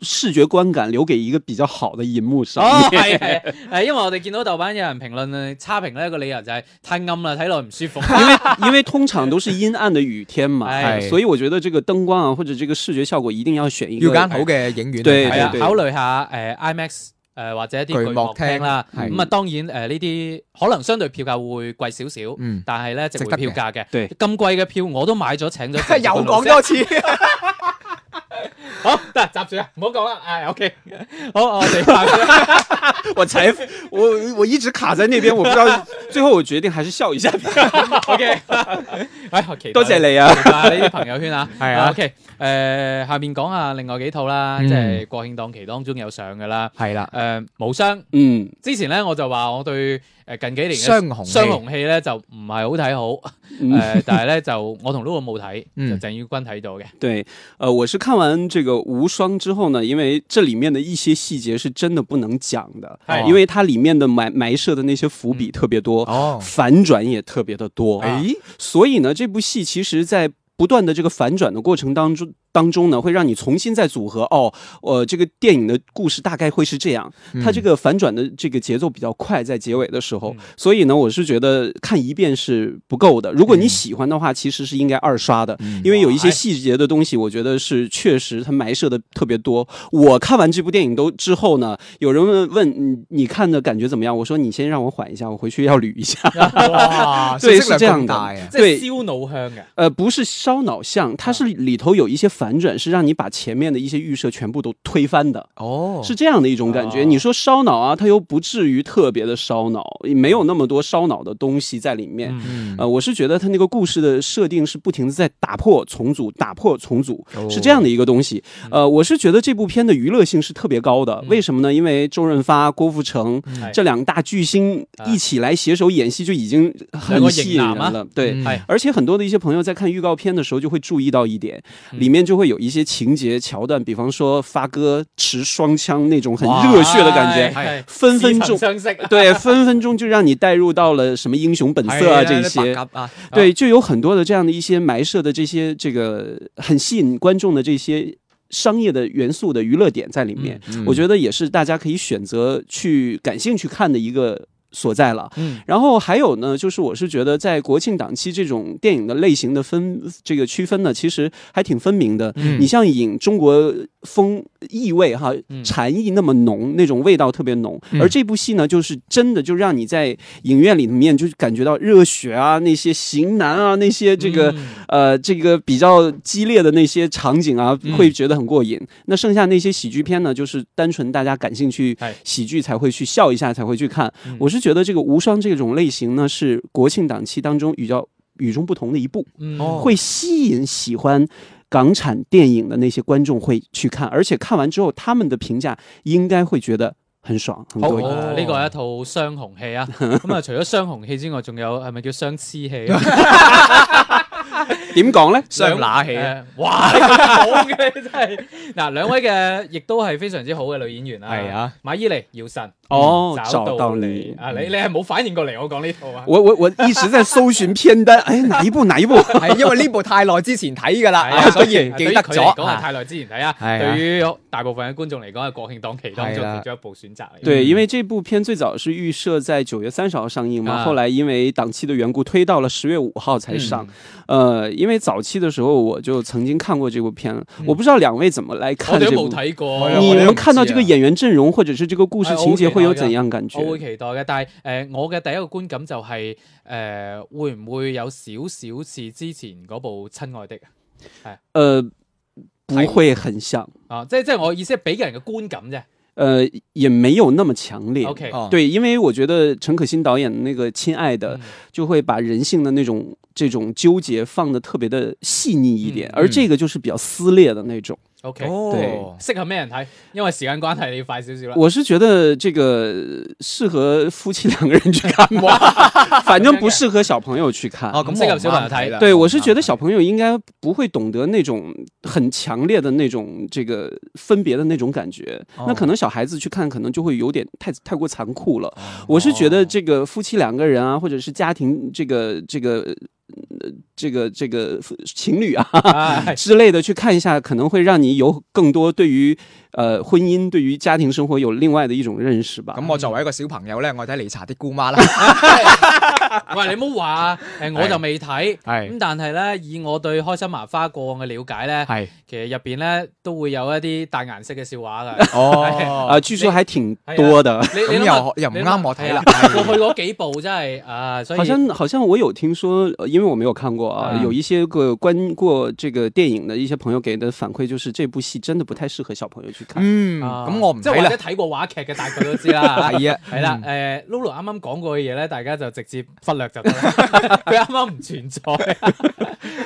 Speaker 3: 视觉观感留给一个比较好的银幕上
Speaker 1: 哦，
Speaker 3: 面。
Speaker 1: 係係係，因為我哋見到豆瓣有人評論差評呢個理由就係太暗啦，睇落唔舒服。
Speaker 2: 啊
Speaker 3: 因为因为通常都是阴暗的雨天嘛，
Speaker 1: 哎
Speaker 3: 所以我觉得这个灯光啊或者这个视觉效果一定要选一
Speaker 2: 要
Speaker 3: 个
Speaker 2: 揀好嘅影院去
Speaker 3: 對
Speaker 1: 係
Speaker 2: 睇
Speaker 3: 對
Speaker 1: 啊，
Speaker 3: 對
Speaker 1: 考慮下誒 IMAX 誒或者一啲
Speaker 2: 巨
Speaker 1: 巨
Speaker 2: 幕
Speaker 1: 幕廳啦。
Speaker 2: 廳係
Speaker 1: 咁啊，當然誒呢啲可能相對票價會貴少少，
Speaker 2: 嗯
Speaker 1: 但係咧值
Speaker 2: 值
Speaker 1: 回
Speaker 2: 得
Speaker 1: 票
Speaker 2: 嘅。
Speaker 1: 價嘅。
Speaker 3: 對
Speaker 1: 咁貴嘅票我都買咗請咗
Speaker 2: 又講多次，
Speaker 1: 好，得集住啊，唔好講啦。誒 OK，好， 我哋下
Speaker 3: 哎我才我我一直卡在那边，我不知道，最后我决定还是笑一下比较好。
Speaker 1: OK。哎，我期待
Speaker 3: 多謝你啊
Speaker 1: 期待呢啲朋友圈啊，
Speaker 2: 係啊
Speaker 1: ，OK，誒下面講下另外幾套啦，
Speaker 2: 嗯
Speaker 1: 即係國慶檔期當中有上嘅啦。
Speaker 2: 係啦，
Speaker 1: 誒無雙
Speaker 3: 嗯，
Speaker 1: 之前咧我就話我對誒近幾年嘅
Speaker 2: 雙紅戲
Speaker 1: 雙紅戲咧就唔係好睇好。誒、
Speaker 3: 嗯
Speaker 1: 但係咧就我同 Lulu 冇睇，
Speaker 2: 嗯
Speaker 1: 就鄭宇君睇到嘅。
Speaker 3: 对，呃，我是看完这个《无双》之后呢，因为这里面的一些细节是真的不能讲的，
Speaker 1: 哎
Speaker 3: 因为它里面的埋埋设的那些伏笔特别多，
Speaker 2: 哦
Speaker 3: 反转也特别的多，啊
Speaker 2: 哎，
Speaker 3: 所以呢，这部戏其实，在不断的这个反转的过程当中。当中呢，会让你重新再组合哦，呃，这个电影的故事大概会是这样，
Speaker 2: 嗯
Speaker 3: 它这个反转的这个节奏比较快，在结尾的时候，
Speaker 1: 嗯
Speaker 3: 所以呢，我是觉得看一遍是不够的。如果你
Speaker 2: 嗯
Speaker 3: 喜欢的话，其实是应该二刷的，
Speaker 2: 嗯
Speaker 3: 因为有一
Speaker 1: 哇哎
Speaker 3: 些细节的东西，我觉得是确实它埋设的特别多。我看完这部电影都之后呢，有人问问你你看的感觉怎么样？我说你先让我缓一下，我回去要捋一下。
Speaker 2: 哇，
Speaker 3: 对
Speaker 2: 信息
Speaker 3: 是这
Speaker 2: 量咁
Speaker 3: 样的
Speaker 2: 大啊！
Speaker 1: 即係
Speaker 3: 对
Speaker 1: 燒腦香嘅，
Speaker 3: 呃，不是烧脑像，它是里头有一些反转，是让你把前面的一些预设全部都推翻的，
Speaker 2: 哦，
Speaker 3: 是这样的一种感觉。
Speaker 1: 哦
Speaker 3: 你说烧脑啊，它又不至于特别的烧脑，也没有那么多烧脑的东西在里面。
Speaker 1: 嗯，
Speaker 2: 嗯
Speaker 3: 呃，我是觉得它那个故事的设定是不停的在打破重组、打破重组，是这样的一个东西。呃，我是觉得这部片的娱乐性是特别高的，为什么呢？因为周润发、郭富城
Speaker 1: 係
Speaker 3: 这两大巨星
Speaker 1: 啊
Speaker 3: 一起来携手演戏，就已经
Speaker 1: 两个
Speaker 3: 很
Speaker 1: 影
Speaker 3: 吸引人
Speaker 1: 男啊
Speaker 3: 了。对，
Speaker 2: 嗯
Speaker 1: 係
Speaker 3: 而且很多的一些朋友在看预告片的时候就会注意到一点，
Speaker 1: 嗯
Speaker 3: 里面就会有一些情节桥段，比方说发哥持双枪那种很热血的感觉，
Speaker 1: 係
Speaker 3: 分分
Speaker 1: 似曾
Speaker 3: 钟。
Speaker 1: 相識。
Speaker 3: 对，分分钟就让你带入到了什么英雄本色啊
Speaker 2: 係
Speaker 3: 这
Speaker 2: 啦
Speaker 3: 些，
Speaker 2: 白鴿啊
Speaker 3: 对，就有很多的这样的一些埋设的这些这个很吸引观众的这些商业的元素的娱乐点在里面，
Speaker 2: 嗯
Speaker 3: 我觉得也是大家可以选择去感兴趣看的一个所在了。
Speaker 1: 嗯
Speaker 3: 然后还有呢，就是我是觉得在国庆档期这种电影的类型的分这个区分呢，其实还挺分明的。
Speaker 2: 嗯
Speaker 3: 你像引中国风意味哈
Speaker 1: 嗯，
Speaker 3: 禅意那么浓，那种味道特别浓。
Speaker 2: 嗯
Speaker 3: 而这部戏呢，就是真的就让你在影院里面就感觉到热血啊，那些型男啊，那些这个、
Speaker 1: 嗯
Speaker 3: 呃这个比较激烈的那些场景啊
Speaker 1: 嗯，
Speaker 3: 会觉得很过瘾。那剩下那些喜剧片呢，就是单纯大家感兴趣
Speaker 1: 哎
Speaker 3: 喜剧才会去笑一下，才会去看。
Speaker 1: 嗯
Speaker 3: 我是觉得这个无双这种类型呢，是国庆档期当中比较与众不同的一部，
Speaker 1: 嗯
Speaker 2: 哦
Speaker 3: 会吸引喜欢。港产电影的那些观众会去看，而且看完之后，他们的评价应该会觉得很爽，很
Speaker 1: 好，
Speaker 3: 过瘾。
Speaker 1: 啊呢個係一套雙雄戲啊！咁啊，除咗雙雄戲之外，仲有係咪叫雙雌戲啊？
Speaker 3: 點 講呢？
Speaker 2: 雙乸戲
Speaker 1: 誒哇！講嘅真係嗱，兩位嘅亦都係非常之好嘅女演員啊！
Speaker 2: 係啊，
Speaker 1: 馬伊琍、姚晨，
Speaker 3: 哦
Speaker 1: 找
Speaker 3: 找到
Speaker 1: 你
Speaker 3: 你
Speaker 1: 啊！你你係冇反應過嚟我講呢套啊？
Speaker 3: 我我我一直在搜尋片單，哎，哪一部哪一部？
Speaker 2: 係因為呢部太耐之前睇㗎
Speaker 1: 係啊
Speaker 2: 啦，所以唔
Speaker 1: 對
Speaker 2: 記
Speaker 1: 於
Speaker 2: 得
Speaker 1: 佢嚟講係
Speaker 2: 咗。
Speaker 1: 太耐之前睇啊，
Speaker 2: 係啊
Speaker 1: 對於大部分嘅觀眾嚟講係國慶檔期當
Speaker 2: 係
Speaker 1: 中
Speaker 2: 啦
Speaker 1: 其中一部選擇嚟。
Speaker 3: 对，因为这部片最早是预设在九月三十号上映嘛，
Speaker 1: 嗯啊
Speaker 3: 后来因为档期的缘故，推到了十月五号才上。
Speaker 1: 嗯
Speaker 3: 呃，因为早期的时候我就曾经看过这部片了，我不知道两位怎么来
Speaker 1: 嗯我
Speaker 3: 看
Speaker 1: 哋
Speaker 3: 这
Speaker 1: 都
Speaker 3: 部
Speaker 1: 冇。睇過。
Speaker 2: 我
Speaker 3: 你
Speaker 2: 我哋都
Speaker 3: 们
Speaker 2: 唔
Speaker 3: 看到
Speaker 2: 知
Speaker 3: 这个
Speaker 2: 啊
Speaker 3: 演员阵容或者是这个故
Speaker 1: 哎
Speaker 3: 事
Speaker 1: 我
Speaker 3: 情节
Speaker 1: 会
Speaker 3: 会有
Speaker 1: 的
Speaker 3: 怎样感觉？
Speaker 1: 我會期待嘅，但係誒、呃我嘅第一個觀感就係、呃會唔會有少少似之前嗰部《親愛的》
Speaker 3: 呃，不会很像，
Speaker 1: 啊？即係即係我意思係俾人嘅觀感啫。
Speaker 3: 呃，也没有那么强烈。
Speaker 1: OK，
Speaker 2: 哦
Speaker 3: 对，因为我觉得陈可辛导演的那个《亲爱的》
Speaker 1: 嗯
Speaker 3: 就会把人性的那种这种纠结放的特别的细腻一点，
Speaker 1: 嗯
Speaker 3: 而这个就是比较撕裂的那种。
Speaker 1: ，OK，
Speaker 2: 哦，
Speaker 1: 適合咩人睇？因為時間關係，你要快少少啦。
Speaker 3: 我是觉得这个适合夫妻两个人去看 吧，反正不适合小朋友去看。嗯
Speaker 2: 哦，咁啊
Speaker 1: 唔適合
Speaker 2: 我唔哦
Speaker 1: 小朋友
Speaker 2: 啱
Speaker 1: 睇
Speaker 2: 啦
Speaker 3: 对，
Speaker 2: 唔
Speaker 3: 我是
Speaker 2: 啱
Speaker 3: 觉得
Speaker 2: 睇
Speaker 3: 小朋友应该不会懂得那种很强烈的那种这个分别的那种感觉，那可能小孩子去看可能就会有点太太过残酷了。
Speaker 2: 哦
Speaker 3: 我是觉得这个夫妻两个人啊，或者是家庭这个这个。呃这个这个情侣啊，
Speaker 1: 唉
Speaker 3: 之类的去看一下，可能会让你有更多对于呃婚姻、对于家庭生活有另外的一种认识吧。
Speaker 2: 咁我作為一個小朋友咧，我睇理查啲姑媽啦，
Speaker 1: 喂，你唔好話啊誒，我就未睇。
Speaker 2: 係
Speaker 1: 咁但係咧，以我對開心麻花過往嘅了解咧，
Speaker 2: 係
Speaker 1: 其實入邊咧都會有一啲帶顏色嘅笑話 㗎。
Speaker 2: 哦
Speaker 3: 啊，据说还挺
Speaker 1: 哎呀
Speaker 3: 多的，
Speaker 1: 你
Speaker 2: 咁
Speaker 1: 你諗下
Speaker 2: 又又唔
Speaker 1: 你諗下
Speaker 2: 啱我睇啦
Speaker 1: 係啊我去嗰幾部真係啊，所以
Speaker 3: 好像好像我有听说，呃因为我没有看过啊，
Speaker 1: 嗯
Speaker 3: 有一些个观过这个电影的一些朋友给的反馈，就是这部戏真的不太适合小朋友去看。
Speaker 2: 嗯，
Speaker 1: 啊
Speaker 2: 咁我唔
Speaker 1: 即係
Speaker 2: 睇
Speaker 1: 或
Speaker 2: 啦
Speaker 1: 者，睇過話劇嘅，大概都知啦。
Speaker 2: 係啊，
Speaker 1: 係啦，誒 Lulu 啱啱講過嘅嘢咧，大家就直接忽略就得啦。 佢啱啱唔存在。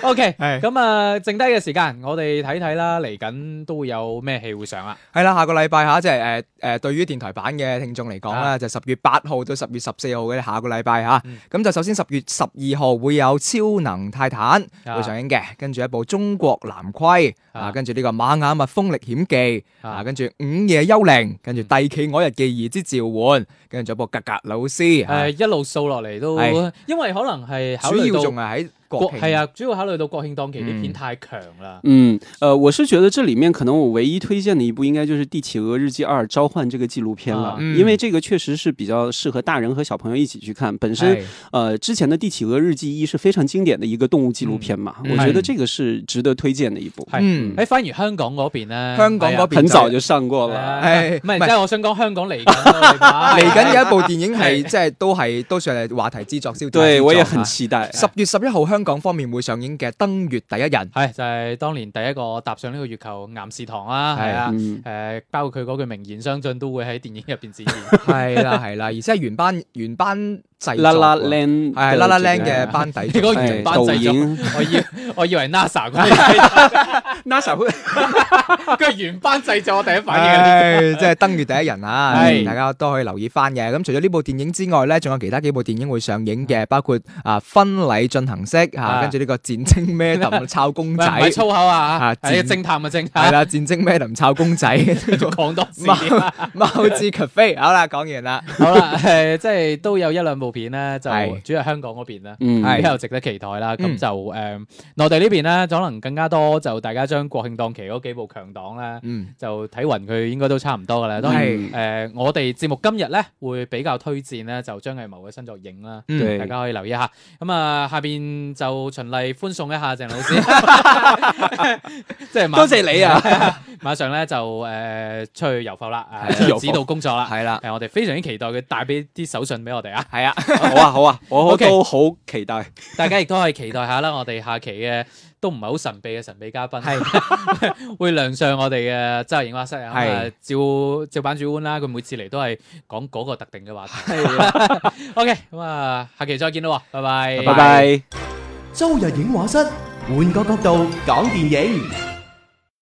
Speaker 1: OK，
Speaker 2: 係
Speaker 1: 咁啊，剩低嘅時間我哋睇睇啦，嚟緊都會有咩戲會上啦。
Speaker 2: 係啦，下個禮拜吓，即係诶诶，对于电台版嘅聽眾嚟講
Speaker 1: 啊
Speaker 2: 啦，就十月八號到十月十四號嘅下個禮拜吓，
Speaker 1: 嗯
Speaker 2: 咁就首先十月十二號會有超能泰坦
Speaker 1: 啊
Speaker 2: 會上映嘅，跟住一部中國藍盔
Speaker 1: 啊
Speaker 2: 啊，跟住呢個瑪雅蜜蜂歷險記
Speaker 1: 啊嗯
Speaker 2: 啊，跟住午夜幽靈，跟住帝企鵝日記二之召喚，跟住仲有部格格老師
Speaker 1: 誒、
Speaker 2: 啊，
Speaker 1: 一路掃落嚟都
Speaker 2: 係，
Speaker 1: 因為可能係考
Speaker 2: 主
Speaker 1: 慮
Speaker 2: 要仲
Speaker 1: 到
Speaker 2: 係喺國
Speaker 1: 國
Speaker 2: 慶
Speaker 1: 係啊，主要考慮到國慶檔期啲
Speaker 2: 嗯
Speaker 1: 片太強啦。
Speaker 3: 嗯，呃，我是觉得这里面可能我唯一推荐的一部应该就是《帝企鹅日记二：召唤》这个纪录片了，
Speaker 1: 啊
Speaker 2: 嗯
Speaker 3: 因为这个确实是比较适合大人和小朋友一起去看。本身
Speaker 1: 哎
Speaker 2: 係
Speaker 3: 呃，之前的《帝企鹅日记一》是非常经典的一个动物纪录片嘛，
Speaker 2: 嗯
Speaker 3: 我觉得
Speaker 2: 嗯
Speaker 3: 这个是值得推荐的一部，
Speaker 1: 係
Speaker 2: 嗯
Speaker 1: 誒、反而香港嗰邊咧，
Speaker 2: 香港
Speaker 1: 係啊
Speaker 2: 嗰邊
Speaker 3: 很早就上过了。
Speaker 1: 係啊唔
Speaker 2: 係
Speaker 1: 係
Speaker 2: 唔係
Speaker 1: 即係我想講香港嚟緊咯你話
Speaker 2: 嚟緊有一部電 影係即係都係都算係話題之作，焦點之
Speaker 3: 对，
Speaker 2: 作
Speaker 3: 我也
Speaker 2: 啊
Speaker 3: 很期待。
Speaker 2: 十月十一號香港方面會上映嘅《登月第一人》，
Speaker 1: 係就係、當年第一個踏上呢個月球岩士堂啦，係
Speaker 2: 係
Speaker 1: 啊。
Speaker 3: 嗯
Speaker 1: 誒、，包括佢嗰句名言，相信都會喺電影入邊展現。
Speaker 2: 係啦係 啦，而且係原班原班製作
Speaker 3: 啦啦
Speaker 2: 喎
Speaker 3: land
Speaker 2: 係啦啦靚嘅 班底
Speaker 1: 你
Speaker 2: 作，
Speaker 1: 講
Speaker 3: 哎
Speaker 1: 原班
Speaker 3: 抖
Speaker 1: 製作，
Speaker 3: 音
Speaker 1: 我 以我以為 NASA 嗰啲，
Speaker 3: ，NASA 会
Speaker 1: 佢係原班製作，我第一反應係呢
Speaker 2: 唉，即係登月第一人啊
Speaker 1: 係！
Speaker 2: 大家都可以留意翻嘅。咁除咗呢部電影之外咧，仲有其他幾部電影會上映嘅，包括啊婚禮進行式
Speaker 1: 啊
Speaker 2: 啊，跟住呢個戰 爭 Madam 抄公
Speaker 1: 個，唔
Speaker 2: 仔，
Speaker 1: 係唔係 粗
Speaker 2: 係
Speaker 1: 口啊，
Speaker 2: 啊
Speaker 1: 係
Speaker 2: 戰
Speaker 1: 偵探嘅偵探，
Speaker 2: 啦，戰爭 Madam 抄公 仔，
Speaker 1: 講多次。
Speaker 2: 貓貓之 cafe。好啦，講完啦。
Speaker 1: 好啦，誒、即係都有一兩部部片咧就
Speaker 2: 係
Speaker 1: 主要係香港嗰邊啦。
Speaker 3: 嗯，
Speaker 2: 係
Speaker 1: 比較值得期待啦，咁
Speaker 2: 嗯
Speaker 1: 就誒內地呢邊咧，可能更加多就大家將國慶檔期嗰幾部強檔咧，
Speaker 2: 嗯，
Speaker 1: 就睇勻佢應該都差唔多噶
Speaker 3: 嗯
Speaker 1: 啦。當然
Speaker 2: 係
Speaker 1: 誒、我哋節目今日咧會比較推薦咧就張藝謀嘅新作《影》啦，
Speaker 2: 嗯
Speaker 3: 對
Speaker 1: 大家可以留意一下。咁啊，下邊就循例歡送一下鄭 老師， 即係馬
Speaker 3: 多謝 你啊！
Speaker 1: 馬上咧就誒、出去遊浮啦，啊
Speaker 2: 係遊
Speaker 1: 指導工作啦。
Speaker 2: 係啦，
Speaker 1: 誒，我哋非常之期待佢帶俾啲手信俾我哋啊！
Speaker 2: 係啊，
Speaker 3: 好啊好啊，我
Speaker 1: OK
Speaker 3: 都好期待。
Speaker 1: 大家亦都可以期待下啦，我哋下期嘅都唔係好神秘嘅神秘嘉賓， 會亮相我哋嘅周日影畫室啊。咁啊
Speaker 2: 係
Speaker 1: 照照版主碗啦，佢每次嚟都係講嗰個特定嘅話題。OK，咁 啊，下期再見咯，拜拜，
Speaker 3: 拜拜。
Speaker 4: 周日影画室，换个角度讲电影。